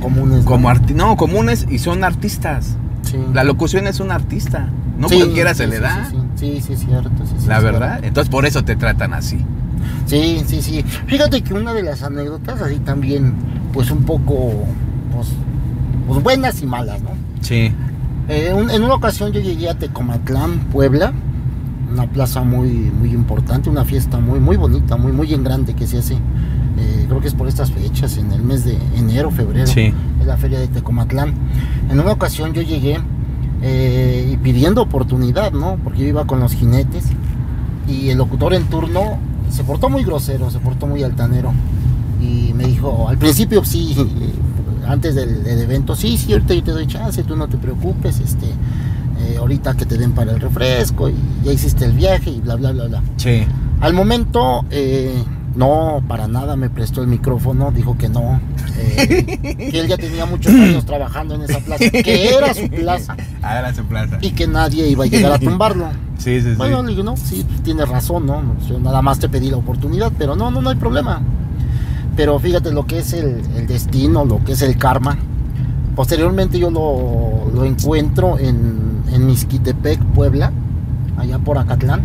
Comunes, ¿no? como arti- no, comunes y son artistas. Sí. La locución es un artista. No Sí, cualquiera sí, se le sí, da. Sí, sí, sí, sí, cierto. sí, sí, La cierto. verdad. Entonces por eso te tratan así. Sí, sí, sí. Fíjate que una de las anécdotas así también, pues un poco, pues, pues buenas y malas, ¿no? Sí. Eh, un- en una ocasión yo llegué a Tecomatlán, Puebla, una plaza muy, muy importante, una fiesta muy, muy bonita, muy, muy en grande que se hace. eh, creo que es por estas fechas, en el mes de enero, febrero. Sí. en la feria de Tecomatlán. En una ocasión yo llegué eh, y pidiendo oportunidad, ¿no? Porque yo iba con los jinetes y el locutor en turno se portó muy grosero, se portó muy altanero y me dijo, al principio sí, eh, antes del, del evento, sí, sí, ahorita yo te doy chance, tú no te preocupes, este, eh, ahorita que te den para el refresco y ya hiciste el viaje y bla, bla, bla, bla. Sí. Al momento, eh, no, para nada me prestó el micrófono, dijo que no, eh, que él ya tenía muchos años trabajando en esa plaza, que era su plaza Adelante, plaza. y que nadie iba a llegar a tumbarlo. Sí, sí, sí. Bueno, le digo, no, sí, tienes razón, ¿no? Yo nada más te pedí la oportunidad, pero no, no, no hay problema. Pero fíjate lo que es el, el destino, lo que es el karma. Posteriormente yo lo, lo encuentro en, en Mixquitepec, Puebla, allá por Acatlán.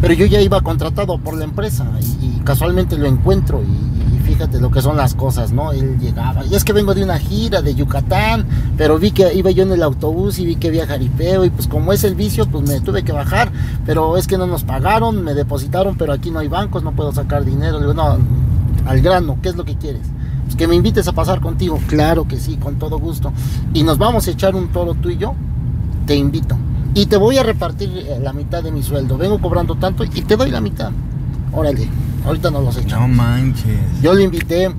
Pero yo ya iba contratado por la empresa y, y casualmente lo encuentro y, y fíjate lo que son las cosas, ¿no? Él llegaba, y es que vengo de una gira de Yucatán, pero vi que iba yo en el autobús y vi que había jaripeo, y pues como es el vicio, pues me tuve que bajar, pero es que no nos pagaron, me depositaron, pero aquí no hay bancos, no puedo sacar dinero. Le digo, no, al grano, ¿qué es lo que quieres? Pues que me invites a pasar contigo, claro que sí, con todo gusto. Y nos vamos a echar un toro tú y yo, te invito. Y te voy a repartir eh, la mitad de mi sueldo. Vengo cobrando tanto y te doy la mitad. Órale, ahorita nos los echamos. No manches. Yo le invité,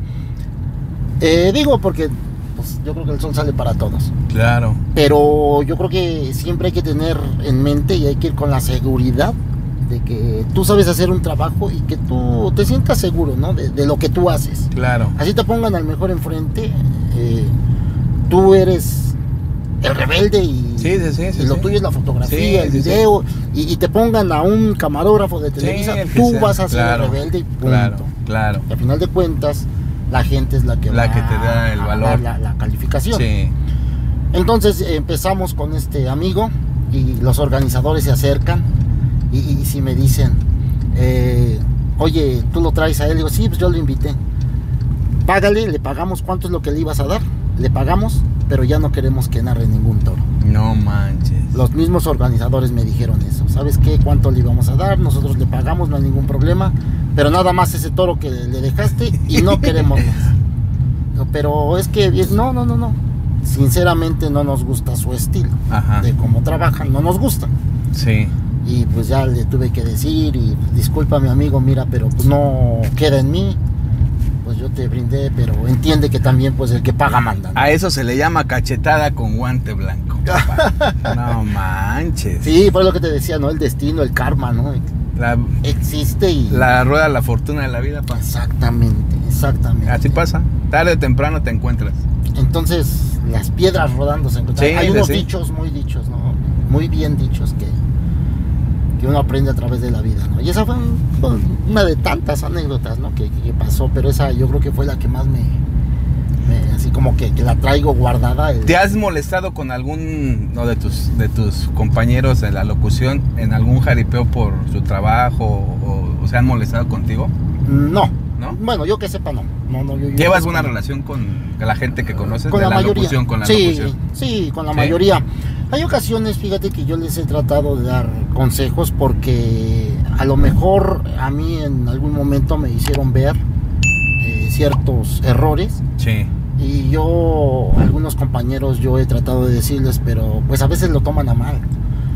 eh, digo porque pues, yo creo que el sol sale para todos, Claro. pero yo creo que siempre hay que tener en mente y hay que ir con la seguridad de que tú sabes hacer un trabajo y que tú te sientas seguro, ¿no? De, de lo que tú haces. Claro. Así te pongan al mejor enfrente, eh, tú eres el rebelde y, Sí, sí, sí, sí, y lo sí. tuyo es la fotografía, Sí, el sí, sí. video, y, y te pongan a un camarógrafo de Televisa, Sí, el que tú sea. vas a ser Claro, el rebelde y punto. Claro, claro. Y al final de cuentas, la gente es la que La va que te da el a valor. dar La, la calificación. Sí. Entonces eh, empezamos con este amigo y los organizadores se acercan y, y si me dicen, eh, oye, tú lo traes a él, digo, sí, pues yo lo invité. Págale, le pagamos cuánto es lo que le ibas a dar, le pagamos, pero ya no queremos que narre ningún toro. No manches. Los mismos organizadores me dijeron eso. ¿Sabes qué? ¿Cuánto le íbamos a dar? Nosotros le pagamos, no hay ningún problema. Pero nada más ese toro que le dejaste y no queremos más. No, Pero es que, bien- no, no, no, no. Sinceramente no nos gusta su estilo. Ajá. De cómo trabajan, no nos gusta. Sí. Y pues ya le tuve que decir y disculpa mi amigo, mira, pero pues no queda en mí. Pues yo te brindé, pero entiende que también pues el que paga manda. ¿no? A eso se le llama cachetada con guante blanco. papá. No manches. Sí, fue lo que te decía, ¿no? El destino, el karma, ¿no? La, Existe y... la rueda, la fortuna de la vida, pa. Exactamente, exactamente. Así pasa. Tarde o temprano te encuentras. Entonces, las piedras rodando se encuentran. Sí, Hay de unos sí. dichos muy dichos, ¿no? Muy bien dichos que, que uno aprende a través de la vida, ¿no? Y esa fue un- fue una de tantas anécdotas, ¿no? Que, que pasó, pero esa yo creo que fue la que más me. me- así como que, que la traigo guardada. el- ¿Te has molestado con algún no, de tus de tus compañeros en la locución en algún jaripeo por su trabajo o, o se han molestado contigo? No. ¿No? Bueno, yo que sepa, no. no, no yo, yo- ¿Llevas una relación con la gente que conoces de la, locución con la sí, locución? sí, con la Sí. mayoría. Hay ocasiones, fíjate que yo les he tratado de dar consejos porque a lo mejor a mí en algún momento me hicieron ver eh, ciertos errores Sí. y yo, algunos compañeros, yo he tratado de decirles, pero pues a veces lo toman a mal.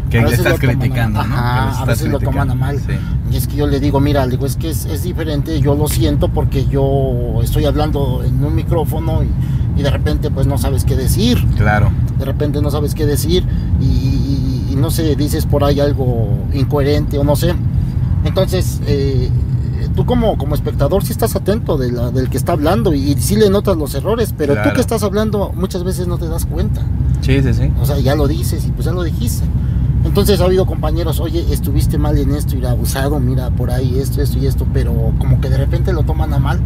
Que A le veces estás lo toman a- criticando, ¿no? Ajá, Que les a estás veces lo toman a mal. criticando, sí. Y es que yo le digo, mira, le digo, es que es, es diferente, yo lo siento porque yo estoy hablando en un micrófono y, y de repente pues no sabes qué decir. Claro. de repente no sabes qué decir y, y- y no sé, dices por ahí algo incoherente o no sé. Entonces, eh, tú como, como espectador sí estás atento de la- del que está hablando y, sí le notas los errores, pero tú Claro. que estás hablando muchas veces no te das cuenta. Sí, sí, sí. O sea, ya lo dices y pues ya lo dijiste. Entonces ha habido compañeros, oye, estuviste mal en esto y abusado, mira, por ahí esto, esto y esto, pero como que de repente lo toman a mal.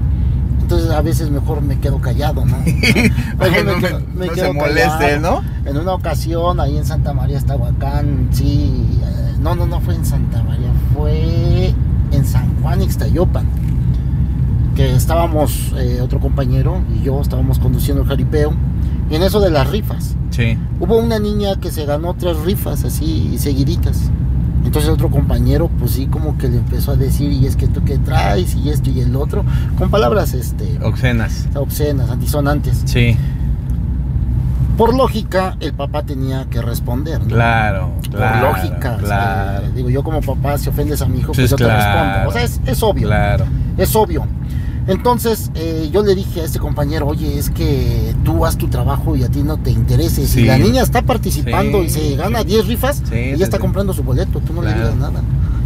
Entonces a veces mejor me quedo callado, ¿no? Para que me no, me- quedo- me no se quedo moleste, callado. ¿no? En una ocasión ahí en Santa María, Estahuacán, sí, eh, no, no, no fue en Santa María, fue en San Juan, Ixtayopan, que estábamos, eh, otro compañero y yo estábamos conduciendo el jaripeo, y en eso de las rifas, Sí. hubo una niña que se ganó tres rifas así seguiditas. Entonces otro compañero, pues sí, como que le empezó a decir, y es que tú qué traes, y esto y el otro, con palabras este, Obscenas. obscenas, antisonantes. Sí. Por lógica, el papá tenía que responder. ¿no? Claro. Claro. Por lógica. o sea, Claro. digo, yo como papá, si ofendes a mi hijo, Sí, pues yo claro. te respondo. O sea, es, es obvio. Claro. Es obvio. Entonces, eh, yo le dije a este compañero, oye, es que tú haz tu trabajo y a ti no te interese. Si Sí. la niña está participando Sí, y se gana sí. 10 rifas, Sí, ella sí, está sí. comprando su boleto, tú no le Claro. digas nada.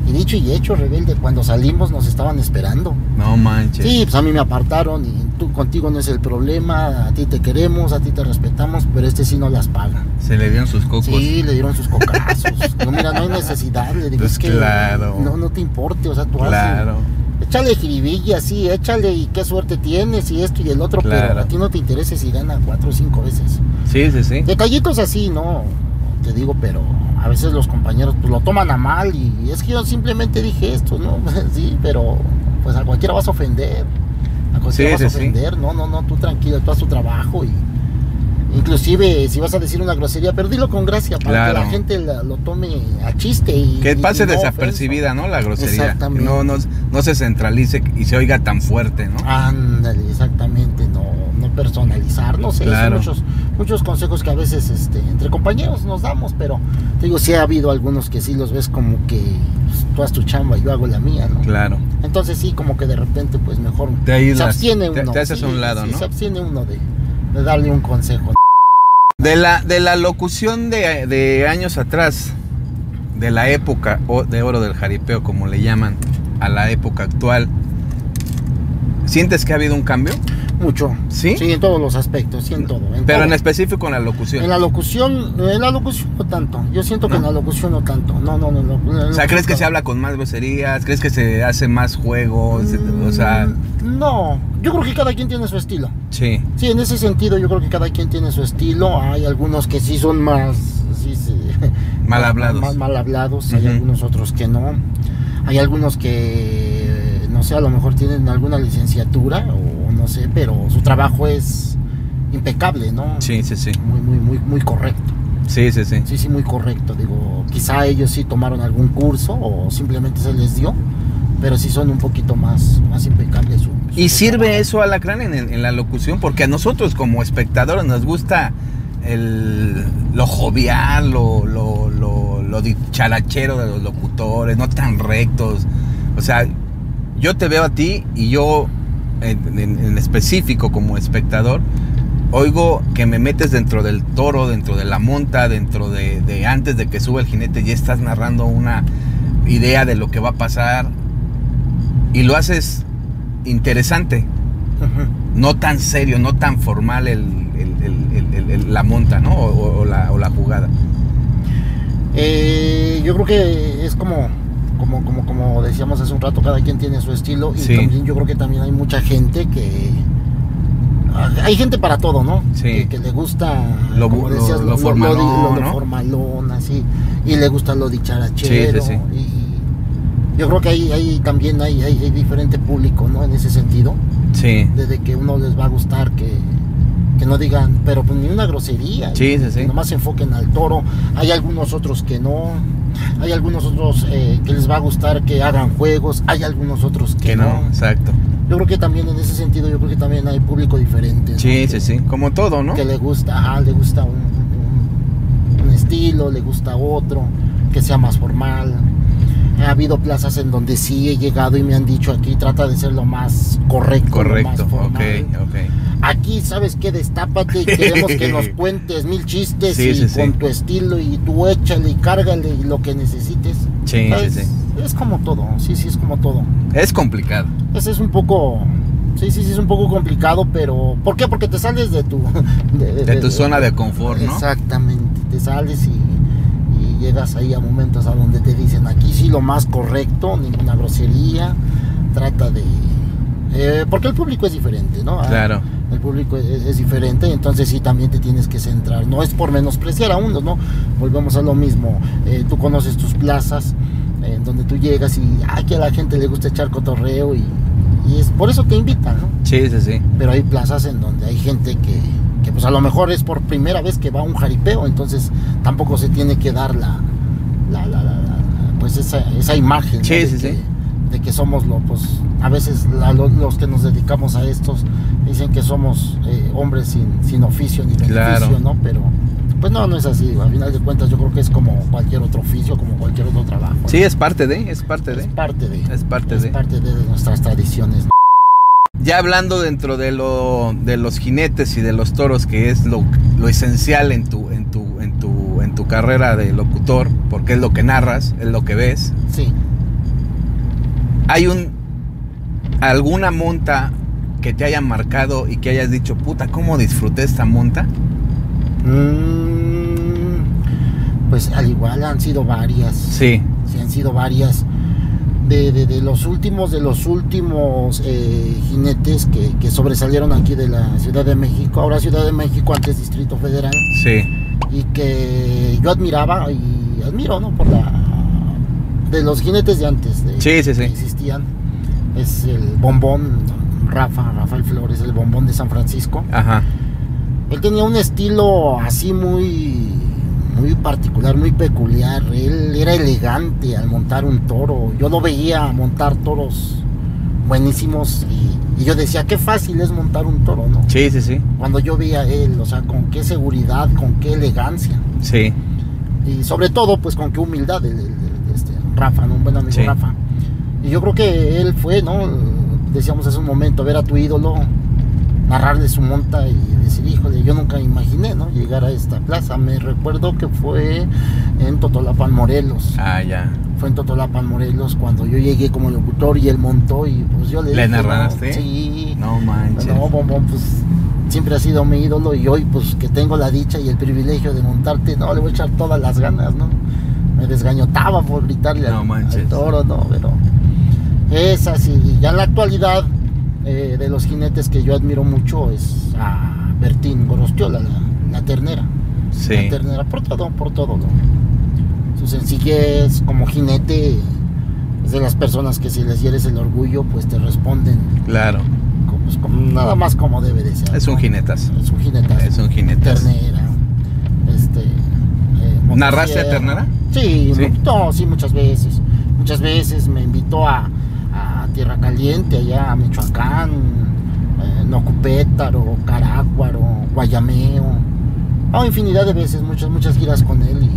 Y dicho y hecho, rebelde, cuando salimos nos estaban esperando. No manches. Sí, pues a mí me apartaron y tú contigo no es el problema, a ti te queremos, a ti te respetamos, pero este sí no las paga. Se le dieron sus cocos. Sí, le dieron sus cocazos. No, mira, no hay necesidad. Le digo, Pues es que claro. no, no te importe, o sea, tú haces. Claro. Échale jiribilla, sí, échale y qué suerte tienes y esto y el otro, Claro. pero a ti no te interesa si gana cuatro o cinco veces. Sí, sí, sí. Detallitos así, no, te digo, pero a veces los compañeros pues, lo toman a mal y es que yo simplemente dije esto, ¿no? Sí, pero pues a cualquiera vas a ofender. A flaco, Sí, te vas sí, a sí. ofender. No, no, no, tú tranquilo, tú haz tu trabajo y inclusive si vas a decir una grosería, pero dilo con gracia para Claro. que la gente la- lo tome a chiste y Que y- pase y no desapercibida, ¿no? La grosería. Exactamente. Ah. Que No, no, no se centralice y se oiga tan fuerte, ¿no? ofensa. Ándale, exactamente, no, no personalizar, no sé, Claro. son muchos, muchos consejos que a veces este, entre compañeros nos damos, pero te digo, sí ha habido algunos que sí los ves como que pues, tú haz tu chamba, yo hago la mía, ¿no? Claro. Entonces sí, como que de repente, pues mejor Te ayudas, se abstiene te- uno. te haces a un lado, ¿no? Se abstiene uno de, de darle un consejo. De la, de la locución de, de años atrás, de la época o- de oro del jaripeo, como le llaman, a la época actual, ¿sientes que ha habido un cambio? Mucho. ¿Sí? en todos los aspectos, sí, en todo. en Pero todo. en específico en la locución. En la locución, en la locución no tanto. Yo siento que ¿No? en la locución no tanto. No, no, no. no, no, O sea, no, ¿crees que no. se habla con más groserías? ¿Crees que se hace más juegos? O sea, Mm, No, yo creo que cada quien tiene su estilo. sí. Sí, en ese sentido yo creo que cada quien tiene su estilo. Hay algunos que sí son más... sí, sí, Mal hablados. Mal, mal hablados. Hay Ujú. algunos otros que no. Hay algunos que, no sé, a lo mejor tienen alguna licenciatura o no sé, pero su trabajo es impecable, ¿no? Sí, sí, sí. Muy, muy, muy, muy correcto. Sí, sí, sí. Sí, sí, muy correcto. Digo, quizá ellos sí tomaron algún curso o simplemente se les dio, pero sí son un poquito más, más impecables. su- su- ¿Y su sirve trabajo. eso, Alacrán, en, el- en la locución? Porque a nosotros como espectadores nos gusta el, lo jovial, lo, lo, lo, lo dicharachero de los locutores, no tan rectos. O sea, yo te veo a ti y yo, en, en- en específico como espectador, oigo que me metes dentro del toro, dentro de la monta, dentro de, de antes de que suba el jinete, ya estás narrando una idea de lo que va a pasar y lo haces interesante, Ujú. no tan serio, no tan formal el, el- el- el- el- el- la monta, ¿no? O, o- o la, o la jugada. Eh, yo creo que es como, como, como, como decíamos hace un rato, cada quien tiene su estilo y Sí. también yo creo que también hay mucha gente que hay gente para todo, ¿no? Sí. Que, que le gusta Lo bu- como lo- decías, lo di- formalón, lo ¿no? formalón, así y le gusta lo dicharachero Sí, sí, y- y yo creo que ahí, ahí también hay, hay, hay diferente público, ¿no? En ese sentido, Sí. desde que uno les va a gustar que, que no digan, pero pues, ni una grosería. Sí, sí, Que sí. nomás se enfoquen al toro. Hay algunos otros que no. Hay algunos otros eh, que les va a gustar que hagan juegos. Hay algunos otros que, Que no. no, exacto. Yo creo que también en ese sentido, yo creo que también hay público diferente. ¿no? Sí, sí, que, sí. Como todo, ¿no? Que le gusta, ajá, le gusta un, un- un estilo, le gusta otro, que sea más formal. Ha habido plazas en donde sí he llegado y me han dicho aquí trata de ser lo más correcto, lo más Correcto, ok, formal". ok. Aquí, ¿sabes qué? Destápate y queremos que nos cuentes mil chistes Sí, y sí, sí. con tu estilo y tú échale y cárgale y lo que necesites. Sí, sí, ¿Sabes? sí. Es como todo, sí, sí, es como todo. Es complicado. Ese es un poco, sí, sí, sí, es un poco complicado, pero ¿por qué? Porque te sales de tu... De tu zona de confort, ¿no? Exactamente, te sales y, y llegas ahí a momentos a donde te dicen aquí sí lo más correcto, ninguna grosería, trata de... eh, porque el público es diferente, ¿no? Ah, Claro. el público es, es diferente, entonces sí también te tienes que centrar. No es por menospreciar a unos, ¿no? Volvemos a lo mismo. eh, tú conoces tus plazas eh, en donde tú llegas y aquí a la gente le gusta echar cotorreo y, y es por eso te invitan, ¿no? Sí, sí, sí. Pero hay plazas en donde hay gente que, que, pues a lo mejor es por primera vez que va a un jaripeo, entonces tampoco se tiene que dar la, la, la, la- la- pues esa, esa imagen ¿no? Sí, de, sí, que, sí. de que somos los, pues a veces la- lo- los que nos dedicamos a estos dicen que somos eh, hombres sin, sin oficio ni beneficio, Claro. ¿no? Pero pues no, no es así, al final de cuentas yo creo que es como cualquier otro oficio, como cualquier otro trabajo. ¿no? Sí, es parte de, es parte es de. parte de, Es parte es de. parte de, de nuestras tradiciones. ¿no? Ya hablando dentro de lo de los jinetes y de los toros, que es lo, lo esencial en tu, en tu, en tu, en tu carrera de locutor, porque es lo que narras, es lo que ves. Sí. ¿Hay un alguna monta que te haya marcado y que hayas dicho, puta, cómo disfruté esta monta? Mm, Pues al igual han sido varias. Sí, Sí, han sido varias. De, de- de los últimos, de los últimos eh, jinetes que, que sobresalieron aquí de la Ciudad de México, ahora Ciudad de México, antes Distrito Federal, sí, y que yo admiraba y admiro, ¿no? Por la. de los jinetes de antes, de, Sí, sí, sí. que existían. Es el bombón Rafa, Rafael Flores, el bombón de San Francisco. Ajá. Él tenía un estilo así muy, muy particular, muy peculiar. Él era elegante al montar un toro. Yo lo veía montar toros buenísimos y, y yo decía, qué fácil es montar un toro, ¿no? Sí, sí, sí. Cuando yo veía a él, o sea, con qué seguridad, con qué elegancia. Sí. Y sobre todo, pues con qué humildad el, el- el- este, Rafa, ¿no? un buen amigo Sí. Rafa. Y yo creo que él fue, ¿no? Decíamos hace un momento, ver a tu ídolo, narrarle su monta y decir, híjole, yo nunca imaginé, ¿no? Llegar a esta plaza. Me recuerdo que fue en Totolapan, Morelos. Ah, ya. Fue en Totolapan, Morelos, cuando yo llegué como locutor y él montó y pues yo le... ¿Le dije, ¿no? narraste? Sí. No manches. No, Bombón, pues siempre ha sido mi ídolo y hoy pues que tengo la dicha y el privilegio de montarte, no, le voy a echar todas las ganas, ¿no? Me desgañotaba por gritarle al- No al, manches. toro, ¿no? Pero es así. Y ya en la actualidad eh, de los jinetes que yo admiro mucho es a Bertín Gorostiola, la, la ternera. La Sí. ternera, por todo, por todo, ¿no? Su sencillez como jinete es de las personas que si les hieres el orgullo, pues te responden Claro. co- pues, como- nada más como debe de ser. Es un ¿no? jinetazo. Es un jinetazo. Es un jinetazo. Ternera. Este. eh, motosierra. ¿Narraste a Ternera? Sí, Sí. mu- no, sí, muchas veces. Muchas veces me invitó a, a Tierra Caliente, allá a Michoacán, eh, Nocupétaro, Carácuaro, Guayameo. Ah, infinidad de veces, muchas, muchas giras con él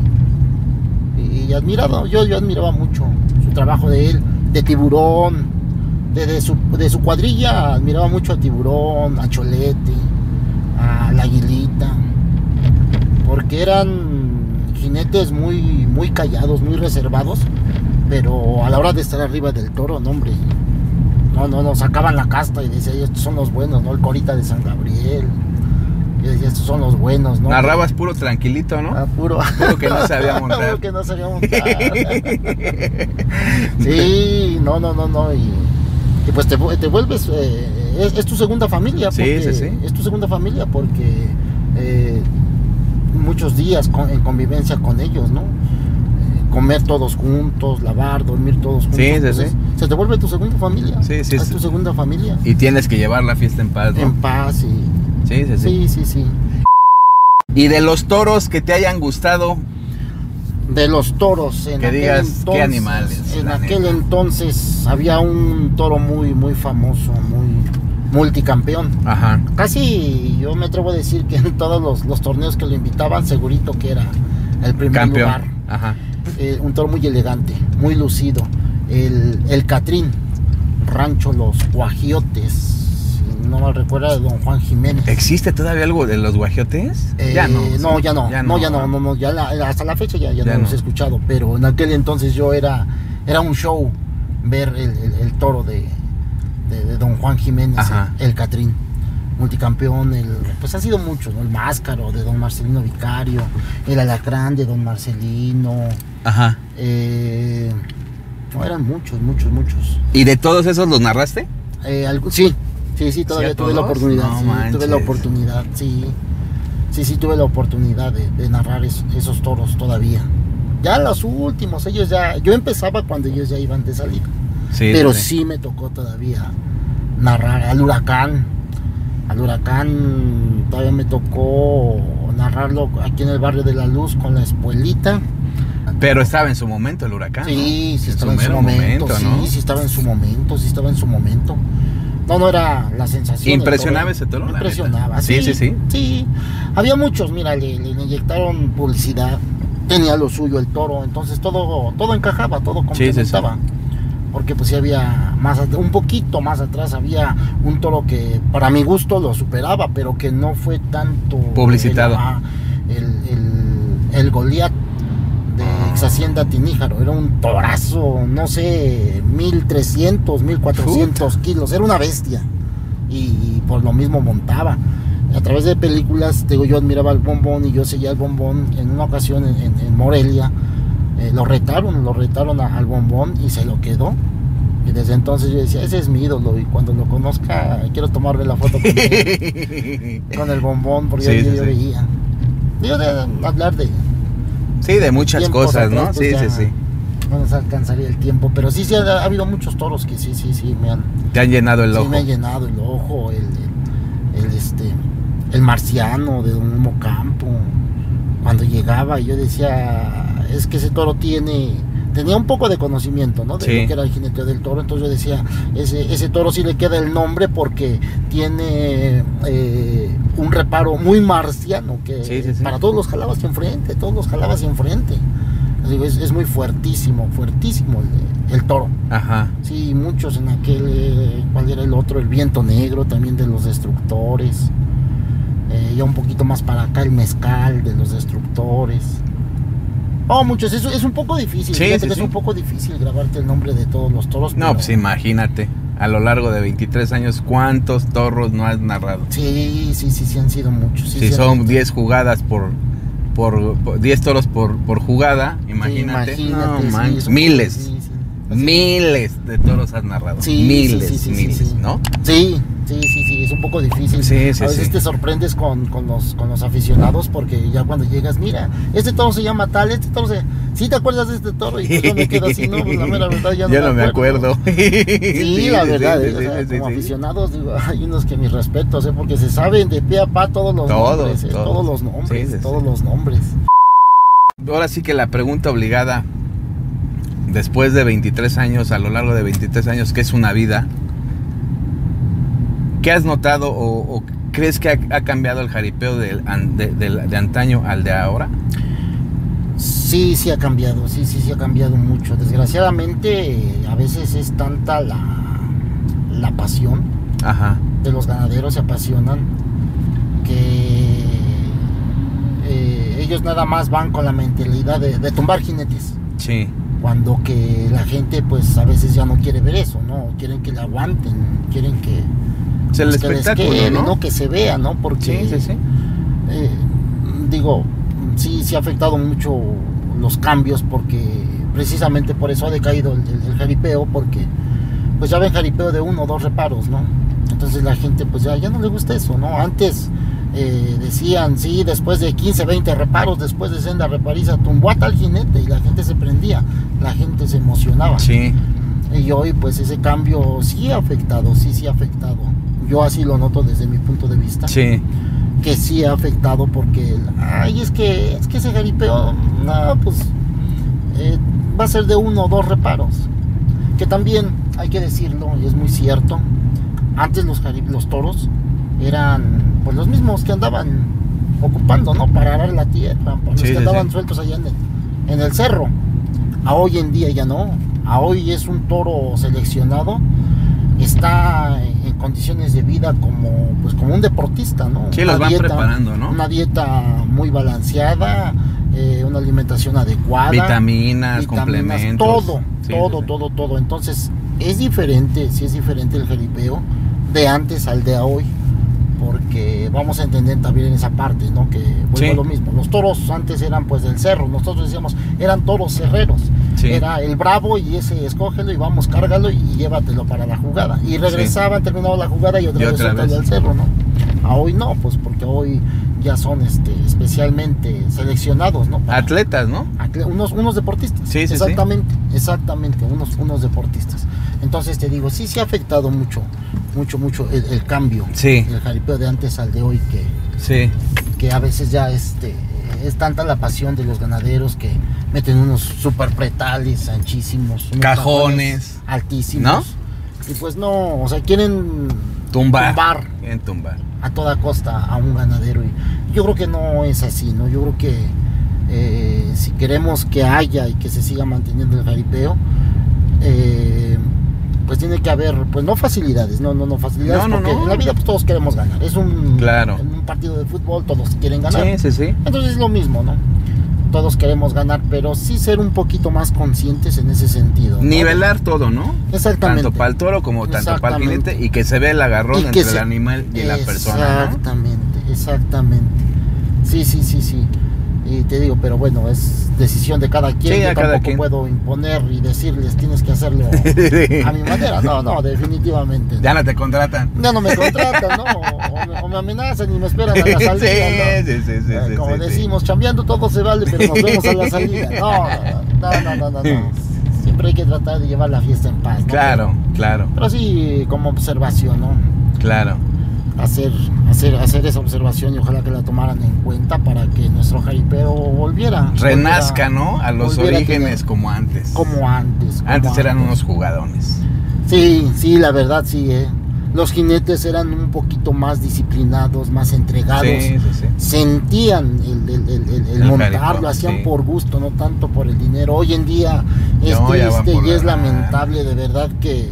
y, y, y admirado. Yo, yo admiraba mucho su trabajo de él, de tiburón, de, de su, de su cuadrilla, admiraba mucho a tiburón, a Cholete, a la Aguilita, porque eran jinetes muy, muy callados, muy reservados, pero a la hora de estar arriba del toro, no hombre, no, no, no, sacaban la casta y decía, "Y estos son los buenos, ¿no? El Corita de San Gabriel, yo decía, estos son los buenos, ¿no? Narrabas puro tranquilito, ¿no? Ah, puro. Puro que no sabía montar. Puro que no sabía montar. sí, no, no, no, no. Y, y pues te, vu- te vuelves. eh, es, es tu segunda familia. Sí, porque- sí, sí. Es tu segunda familia porque eh, muchos días con- en convivencia con ellos, ¿no? Eh, Comer todos juntos, lavar, dormir todos juntos. Sí, sí, pues sí. es- Se te vuelve tu segunda familia. Sí, sí, Es sí. tu segunda familia. Y tienes que llevar la fiesta en paz, En ¿no? paz y. Sí, sí, sí. Sí, sí, sí. Y de los toros que te hayan gustado, de los toros en Que aquel digas, entonces, qué animales, en la aquel neta. entonces había un toro muy muy famoso muy multicampeón ajá. casi yo me atrevo a decir que en todos los, los torneos que lo invitaban segurito que era el primer Campeón. lugar Ajá. Eh, un toro muy elegante muy lucido el, el catrín rancho los guajiotes si no mal recuerdo de don Juan Jiménez ¿Existe todavía algo de los guajiotes? eh, ya no. No, ya no. Ya no, ya no, no, no, ya la- hasta la fecha ya, ya Ya no los no. he escuchado. Pero en aquel entonces yo era, era un show ver el, el- el toro de, de- de Don Juan Jiménez, Ajá. el, el Catrín, multicampeón, el, pues han sido muchos, ¿no? El Máscaro de Don Marcelino Vicario, el Alacrán de Don Marcelino, Ajá. eh, no, eran muchos, muchos, muchos. ¿Y de todos esos los narraste? Eh, algún- sí, sí, sí, todavía a tuve la todos? oportunidad. No sí, tuve manches. la oportunidad, sí. Sí, sí, tuve la oportunidad de, de narrar es- esos toros todavía. Ya los últimos, ellos ya. Yo empezaba cuando ellos ya iban de salida. Sí. pero sí me tocó todavía narrar al huracán. Al huracán todavía me tocó narrarlo aquí en el barrio de la luz con la espuelita. Pero estaba en su momento el huracán. Sí, ¿no? sí estaba en su mero momento, ¿no? sí, sí estaba en su momento, sí estaba en su momento. No, no era la sensación. del Impresionaba toro. ese toro, la Impresionaba, neta. Sí, sí, sí. sí. Sí, había muchos, mira, le, le inyectaron publicidad, tenía lo suyo el toro, entonces todo, todo encajaba, todo Sí, sí, sí. complementaba. Porque pues sí había más, at- un poquito más atrás había un toro que para mi gusto lo superaba, pero que no fue tanto... Publicitado. El, ah, el, el, el Goliat de ex Hacienda Tiníjaro. Era un torazo, no sé, 1300, 1400 kilos. Era una bestia. Y, por lo mismo montaba. A través de películas, te digo, yo admiraba al bombón y yo seguía al bombón. En una ocasión en, en- en Morelia, eh, lo retaron, lo retaron a- al bombón y se lo quedó. Y desde entonces yo decía, ese es mi ídolo y cuando lo conozca quiero tomarle la foto con él con el bombón, porque Sí, yo, sí, yo sí. veía. Digo, de, hablar de Sí, de muchas tiempos cosas, atrás, ¿no? pues, Sí, ya sí, sí. no nos alcanzaría el tiempo, pero sí, sí, ha, ha habido muchos toros que sí, sí, sí, me han, Te han llenado el sí, ojo. me ha llenado el ojo, el, el- el, este, el marciano de Don Humo Campo. Cuando llegaba yo decía, es que ese toro tiene, tenía un poco de conocimiento, ¿no? De Sí. lo que era el jineteo del toro, entonces yo decía, ese, ese toro sí le queda el nombre porque tiene eh, un reparo muy marciano, que Sí, sí, sí. para todos los jalabas enfrente, todos los jalabas enfrente. Digo, Es, es muy fuertísimo, fuertísimo el- el toro. Ajá. Sí, muchos en aquel, eh, ¿cuál era el otro? El viento negro también de los destructores. Eh, ya un poquito más para acá el mezcal de los destructores. Oh, muchos, es, es un poco difícil. Sí, fíjate sí, que sí. Es un poco difícil grabarte el nombre de todos los toros. No, pero- pues imagínate, a lo largo de 23 años, ¿cuántos toros no has narrado? Sí, sí, sí, sí han sido muchos. sí, si sí, son han- 10 jugadas por, por, por- 10 toros por, por jugada, imagínate. Sí, no, imagínate, man, sí, eso- miles, sí, sí. miles de toros has narrado. Sí, sí, miles, sí, sí, sí, miles, sí. ¿no? Sí, sí, sí, sí, es un poco difícil. Sí, sí, a veces sí. te sorprendes con, con los, con los aficionados porque ya cuando llegas, mira, este toro se llama tal, este toro se... ¿Sí te acuerdas de este toro? Y pues yo me quedo así, no, pues la mera verdad ya no, Yo no me acuerdo. Sí, Sí, la sí, verdad, sí, eh, o sí, sea, sí, como sí. aficionados digo, hay unos que mis respetos, eh, porque se saben de pie a pa todos los Todos, nombres, eh, todos. todos. los nombres, Sí, sí, sí. todos los nombres. Ahora sí que la pregunta obligada, después de 23 años, a lo largo de 23 años, que es una vida, ¿qué has notado o, o crees que ha, ha cambiado el jaripeo del an- de, del- de antaño al de ahora? Sí, sí ha cambiado, sí, sí, sí ha cambiado mucho. Desgraciadamente, eh, a veces es tanta la, la pasión Ajá. de los ganaderos se apasionan que eh, ellos nada más van con la mentalidad de, de tumbar jinetes Sí, cuando que la gente pues a veces ya no quiere ver eso no quieren que le aguanten quieren que es el pues, que les espectáculo, quede, ¿no? que se vea no porque Sí, sí, sí. eh, digo, sí, sí ha afectado mucho los cambios porque precisamente por eso ha decaído el, el- el jaripeo, porque pues ya ven jaripeo de uno o dos reparos, ¿no? Entonces la gente pues ya, ya no le gusta eso, ¿no? Antes eh, decían, sí, después de 15, 20 reparos, después de senda repariza, tumbó a tal jinete y la gente se prendía, la gente se emocionaba. Sí, Y hoy pues ese cambio sí ha afectado, sí, sí ha afectado. Yo así lo noto desde mi punto de vista sí. que sí ha afectado porque ay es que es que ese jaripeo no pues eh, va a ser de uno o dos reparos que también hay que decirlo y es muy cierto antes los jari- los toros eran pues los mismos que andaban ocupando no para arar la tierra los Sí, que sí, andaban sí. sueltos allá en el, en el cerro a hoy en día ya no a hoy es un toro seleccionado está en condiciones de vida como pues como un deportista no Sí, los Una van dieta- preparando, ¿no? una dieta muy balanceada eh, una alimentación adecuada Vitaminas, vitaminas, complementos. todo Sí, todo sí, sí. todo todo entonces es diferente sí es diferente el jaripeo de antes al de hoy porque vamos a entender también esa parte, ¿no? Que vuelvo Sí. a lo mismo. Los toros antes eran pues del cerro, nosotros decíamos eran toros cerreros. Sí. Era el bravo y ese escógelo y vamos, cárgalo y llévatelo para la jugada. Y regresaban, terminaba la jugada y otra Y vez otra suéltalo vez. al cerro, ¿no? A hoy no, pues porque hoy ya son este especialmente seleccionados, ¿no? Para- Atletas, ¿no? atle- unos, unos deportistas. Sí, sí, sí. exactamente, exactamente, unos, unos deportistas. Entonces te digo, sí, sí ha afectado mucho, mucho, mucho el, el cambio. Sí. El jaripeo de antes al de hoy que, Sí. que a veces ya este es tanta la pasión de los ganaderos que meten unos super pretales anchísimos, unos Cajones. altísimos. Y pues no, o sea, quieren Tumbar. tumbar Quieren tumbar. a toda costa a un ganadero. Y yo creo que no es así, ¿no? Yo creo que eh, si queremos que haya y que se siga manteniendo el jaripeo, eh, pues tiene que haber, pues no facilidades, no, no, no facilidades, No, no, porque no. en la vida pues, todos queremos ganar. Es un, Claro. en un partido de fútbol, todos quieren ganar. Sí, sí, sí. Entonces es lo mismo, ¿no? Todos queremos ganar, pero sí ser un poquito más conscientes en ese sentido. ¿no? Nivelar todo, ¿no? Exactamente. tanto para el toro como tanto para el Exactamente. jinete y que se ve el agarrón Y que entre el se- animal y la persona. ¿no? Exactamente, exactamente. Sí, sí, sí, sí. Y te digo, pero bueno, es decisión de cada quien. Sí, Yo a cada tampoco quien. puedo imponer y decirles tienes que hacerlo a mi manera. No, no, definitivamente. ya no te contratan. Ya no me contratan, ¿no? O me, o me amenazan y me esperan Sí, a la salida. ¿no? sí, sí, sí, Eh, sí, Como sí, sí. decimos, chambeando todo se vale, pero nos vemos a la salida. No, no, no, no, no, no, no. siempre hay que tratar de llevar la fiesta en paz. ¿no? Claro, claro, Pero sí, como observación, ¿no? claro. Hacer, hacer, hacer esa observación y ojalá que la tomaran en cuenta para que nuestro jaripeo volviera. Renazca, volviera ¿no? A los volviera a orígenes tener- como antes. Como antes. como Antes eran unos jugadones. Sí, sí, la verdad sí, ¿eh? Los jinetes eran un poquito más disciplinados, más entregados. Sí, sí, sí. Sentían el, el- el- el- el El montar, jaripeo, lo hacían sí. por gusto, no tanto por el dinero. Hoy en día es No, ya van triste por y la es lana. lamentable, de verdad, que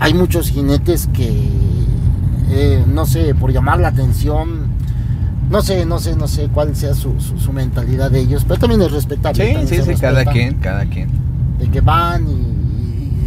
hay muchos jinetes que, eh, no sé, por llamar la atención, no sé, no sé, no sé cuál sea su, su- su mentalidad de ellos, pero también es respetable. Sí, también sí, se sí, cada respeta quien, cada quien. de que van y,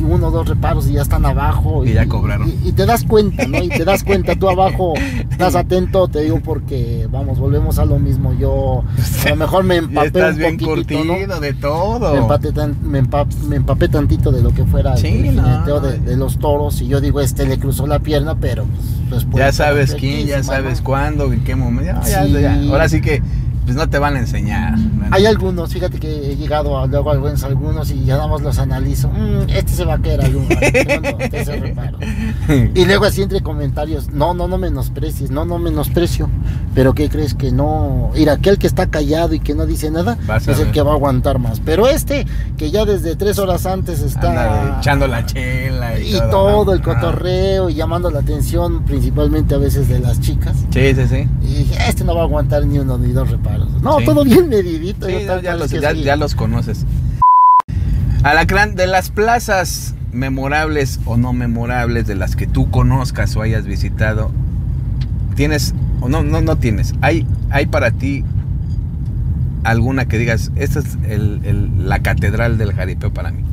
y uno o dos reparos y ya están abajo. Y ya cobraron. Y, y te das cuenta, ¿no? Y te das cuenta, tú abajo estás atento, te digo, porque vamos, volvemos a lo mismo. Yo a lo mejor me Ya empapé estás un bien poquitito, curtido ¿no? de Me, todo. empapé tan- me, empap- me empapé tantito de lo que fuera Sí, el no. jineteo de, de los toros y yo digo, este le cruzó la pierna, pero pues, después... Ya sabes quién, ya perfectísima, ¿no? sabes cuándo, en qué momento. Ya, Sí. ya, ya. Ahora sí que, pues no te van a enseñar. Hay algunos, fíjate que he llegado a, luego a algunos, algunos y ya nada más los analizo. Mm, este se va a caer alguno, este no, este se reparo. Y luego así entre comentarios, no, no, no menosprecies, no, no menosprecio. Pero ¿qué crees que no? Ir aquel que está callado y que no dice nada Vas a es el ver. que va a aguantar más. Pero este, que ya desde tres horas antes Anda está... echando la chela y, Y todo el Ah. cotorreo y llamando la atención principalmente a veces de las chicas. Sí, sí, sí. Y dije, este no va a aguantar ni uno ni dos reparos. No, Sí. todo bien medidito. Sí, yo tal ya, cual los, que ya- sí. ya los conoces. Alacrán, de las plazas memorables o no memorables de las que tú conozcas o hayas visitado, ¿tienes o no, no, no tienes? ¿Hay, hay para ti alguna que digas, esta es el- el- la catedral del jaripeo para mí?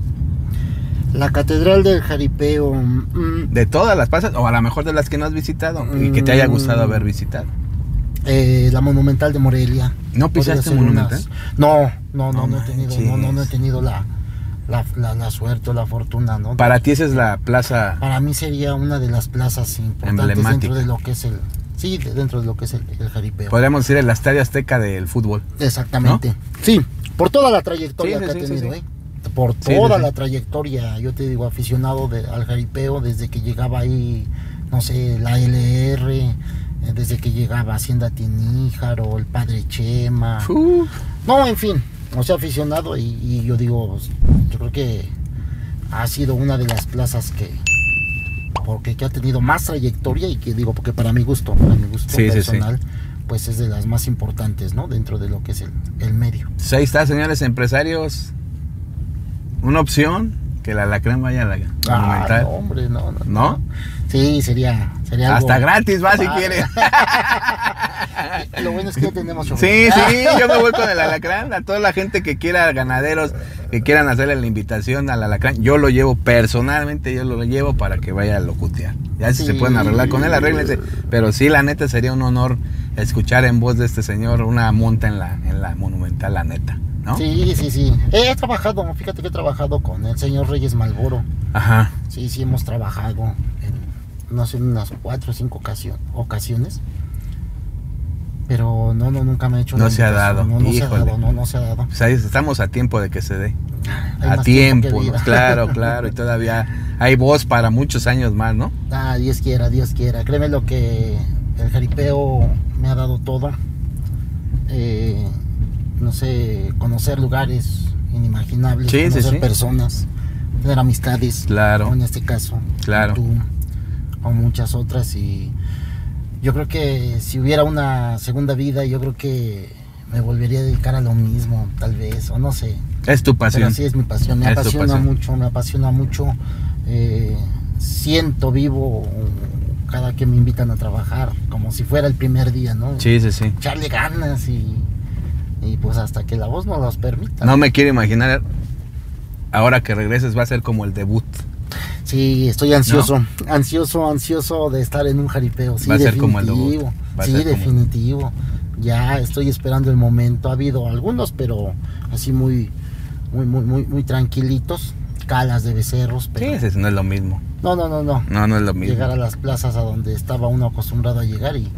La catedral del jaripeo. mm, ¿De todas las plazas o a lo mejor de las que no has visitado y que te haya gustado Mm. haber visitado? eh, la monumental de Morelia. ¿No pisaste Podría ser monumental? unas- No, no, no, no, No he tenido, no, no, no he manches. tenido la, la, la- la suerte o la fortuna, ¿no? Para ti esa es la plaza... Para mí sería una de las plazas importantes dentro Emblemática. Pues, de lo que es el. Sí, de- dentro de lo que es el, el jaripeo. Podríamos decir el Estadio Azteca del fútbol. Exactamente. Sí, por toda la trayectoria Sí, sí, que sí, ha sí, tenido, sí. ¿eh? Por Sí, sí, toda sí. la trayectoria, yo te digo, aficionado de- al jaripeo desde que llegaba ahí, no sé, la LR, eh, desde que llegaba Hacienda Tiníjaro, el Padre Chema. No, en fin, o sea, aficionado y, y yo digo, pues, yo creo que ha sido una de las plazas que porque que ha tenido más trayectoria y que digo, porque para mi gusto, para mi gusto Sí, sí, sí. personal, pues es de las más importantes, ¿no? Dentro de lo que es el, el medio. Pues ahí está, señores empresarios. Una opción que la alacrán vaya a la Ah, monumental. no, hombre, no, no, ¿No? Sí, sería, sería Hasta algo- gratis va si Ah, quieres. Lo bueno es que ya tenemos Sí, sí, yo me voy con el alacrán. A toda la gente que quiera, ganaderos, que quieran hacerle la invitación al alacrán, yo lo llevo personalmente, yo lo llevo para que vaya a locutear. Ya si se Sí. pueden arreglar con él, arréglense. Pero sí, la neta sería un honor escuchar en voz de este señor una monta en la, en la monumental, la neta, ¿no? Sí, sí, sí. He trabajado, fíjate que he trabajado con el señor Reyes Malboro. Ajá. Sí, sí hemos trabajado en no sé, unas cuatro o cinco ocasio- ocasiones. Pero no, no, nunca me he hecho. No la se ha invitación, dado, No, no se ha híjole. dado, no, no se ha dado. Pues ahí estamos a tiempo de que se dé. Hay A más tiempo, que ¿no? vida. claro, claro, y todavía hay voz para muchos años más, ¿no? Ah, Dios quiera, Dios quiera. Créeme lo que el jaripeo me ha dado todo. Eh, no sé, conocer lugares inimaginables, Sí, sí, conocer sí. personas, tener amistades. Claro, como en este caso. Claro. Tú, o muchas otras. Y yo creo que si hubiera una segunda vida, yo creo que me volvería a dedicar a lo mismo, tal vez, o no sé. es tu Pero pasión. sí es mi pasión, me Es tu apasiona pasión. mucho, me apasiona mucho. eh, siento vivo cada que me invitan a trabajar, como si fuera el primer día, ¿no? Sí, sí, sí. Echarle ganas y, y pues hasta que la voz nos los permita. No me quiero imaginar, ahora que regreses va a ser como el debut. Sí, estoy ansioso, ansioso, ansioso de estar en un jaripeo. Sí, Va a ser definitivo. como el debut. Va a sí, ser como- definitivo. Ya estoy esperando el momento. Ha habido algunos, pero así muy, muy, muy, muy, muy tranquilitos. Calas de becerros, pero Sí, sí, sí, no es lo mismo. no, no, no, no. No, no es lo Llegar a mismo. las plazas a donde estaba uno acostumbrado a llegar y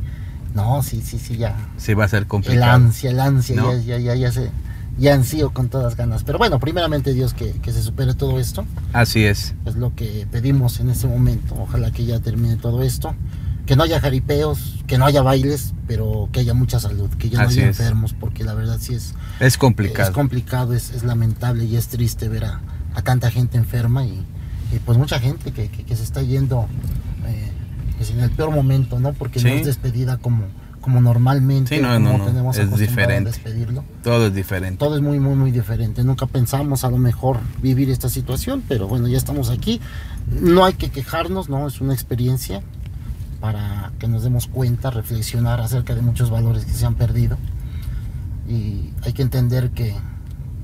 no, sí, sí, sí, ya. Sí, va a ser El complicado. ansia, el ansia, ¿No? ya, ya, ya, ya se, y ansío con todas ganas. Pero bueno, primeramente Dios que, que se supere todo esto. Así es. Es lo que pedimos en este momento. Ojalá que ya termine todo esto. Que no haya jaripeos, que no haya bailes, pero que haya mucha salud, que ya no Así haya es. enfermos, porque la verdad sí es Es complicado. es complicado, es, es lamentable y es triste ver a, a tanta gente enferma y, y, pues mucha gente que, que- que se está yendo eh, pues en el peor momento, ¿no? Porque Sí. no es despedida como, como normalmente, Sí, no, como no, no, tenemos es acostumbrado a diferente. despedirlo. Todo es diferente. Todo es muy, muy, muy diferente. Nunca pensamos a lo mejor vivir esta situación, pero bueno, ya estamos aquí. No hay que quejarnos, ¿no? Es una experiencia para que nos demos cuenta, reflexionar acerca de muchos valores que se han perdido. Y hay que entender que,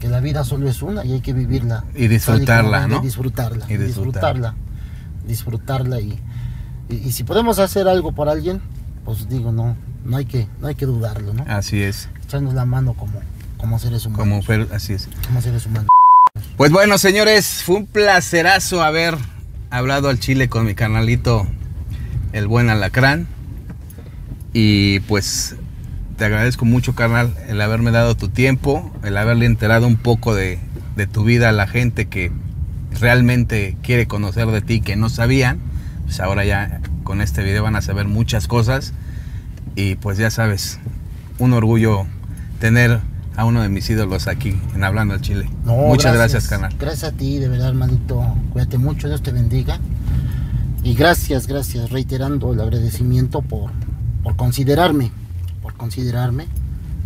que la vida solo es una y hay que vivirla. Y disfrutarla, tal y como ¿no? es, Y disfrutarla. Y Y disfrutarla. Disfrutarla y, y, y si podemos hacer algo por alguien, pues digo, no, no hay que, no hay que dudarlo, ¿no? Así es. Echarnos la mano como, como seres humanos Ah. Como fue, así es. como seres humanos. Pues bueno, señores, fue un placerazo haber hablado al chile con mi canalito, el buen alacrán. Y pues te agradezco mucho, carnal, el haberme dado tu tiempo, el haberle enterado un poco de, de tu vida a la gente que realmente quiere conocer de ti, que no sabían. Pues ahora ya con este video van a saber muchas cosas. Y pues ya sabes, un orgullo tener a uno de mis ídolos aquí en Hablando al Chile. No, Muchas gracias, carnal. Gracias a ti, de verdad, hermanito. Cuídate mucho, Dios te bendiga. Y gracias, gracias, reiterando el agradecimiento por, por considerarme, por considerarme,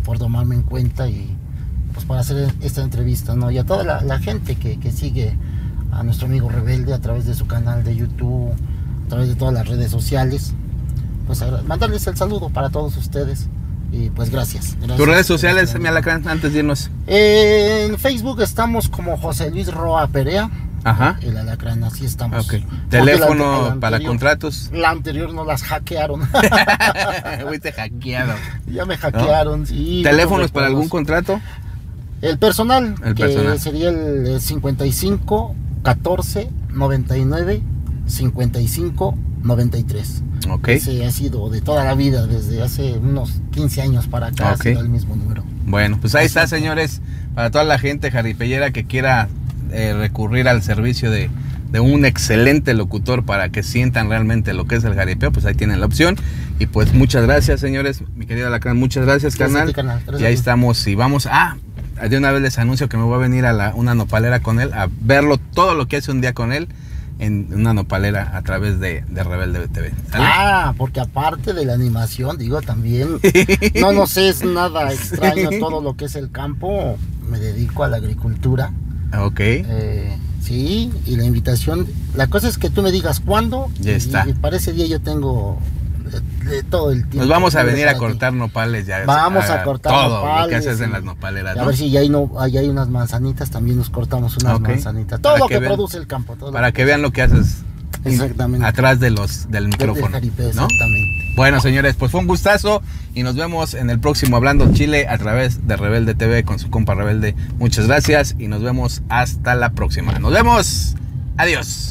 por tomarme en cuenta y pues para hacer esta entrevista, ¿no? Y a toda la, la gente que, que sigue a nuestro amigo Rebelde a través de su canal de YouTube, a través de todas las redes sociales, pues agra- mandarles el saludo para todos ustedes y pues gracias. gracias Tus redes Gracias, sociales, mi hermanito. alacrán, antes de irnos. En Facebook estamos como José Luis Roa Perea, Ajá. el alacrán, así estamos. Ah. Ok. Porque la ante- Teléfono la para anterior- contratos. La anterior no las hackearon, Fuiste hackeado. ya me hackearon. sí, ¿Teléfonos muchos para algún recuerdos. contrato? El personal, El que personal. sería el eh, 55 14 99 55 93. Ok. Ese ha sido de toda la vida, desde hace unos 15 años para acá, ha Ok. sido el mismo número. Bueno, pues ahí está, señores. Para toda la gente jaripellera que quiera eh, recurrir al servicio de, de un excelente locutor para que sientan realmente lo que es el jaripeo, pues ahí tienen la opción. Y pues muchas gracias, señores. Mi querido Alacrán, muchas gracias, Gracias a carnal. ti, carnal. Gracias Este Y a ahí ti. estamos. Y vamos a. De una vez les anuncio que me voy a venir a la- una nopalera con él, a verlo todo lo que hace un día con él en una nopalera a través de, de Rebelde TV. ¿sale? Ah, porque aparte de la animación, digo también, no nos es nada extraño todo lo que es el campo. Me dedico a la agricultura. Ah, Ok. eh, sí, y la invitación, la cosa es que tú me digas cuándo. Ya y- está. Y, para ese día yo tengo eh, de todo el tiempo. Nos vamos a libre venir a para ti. cortar nopales ya. Vamos a cortar todo lo que nopales, haces en sí. las nopaleras. Y A ¿no? ver si ya hay, no, ahí hay unas manzanitas, también nos cortamos unas Ok. manzanitas. Todo Para lo que que, vean- produce el campo. Todo lo Para que- que vean lo que haces Exactamente. atrás de los del del micrófono. jaripeo, ¿no? Exactamente. Bueno, señores, pues fue un gustazo y nos vemos en el próximo Hablando Chile a través de Rebelde TV con su compa Rebelde. Muchas gracias y nos vemos hasta la próxima. Nos vemos. Adiós.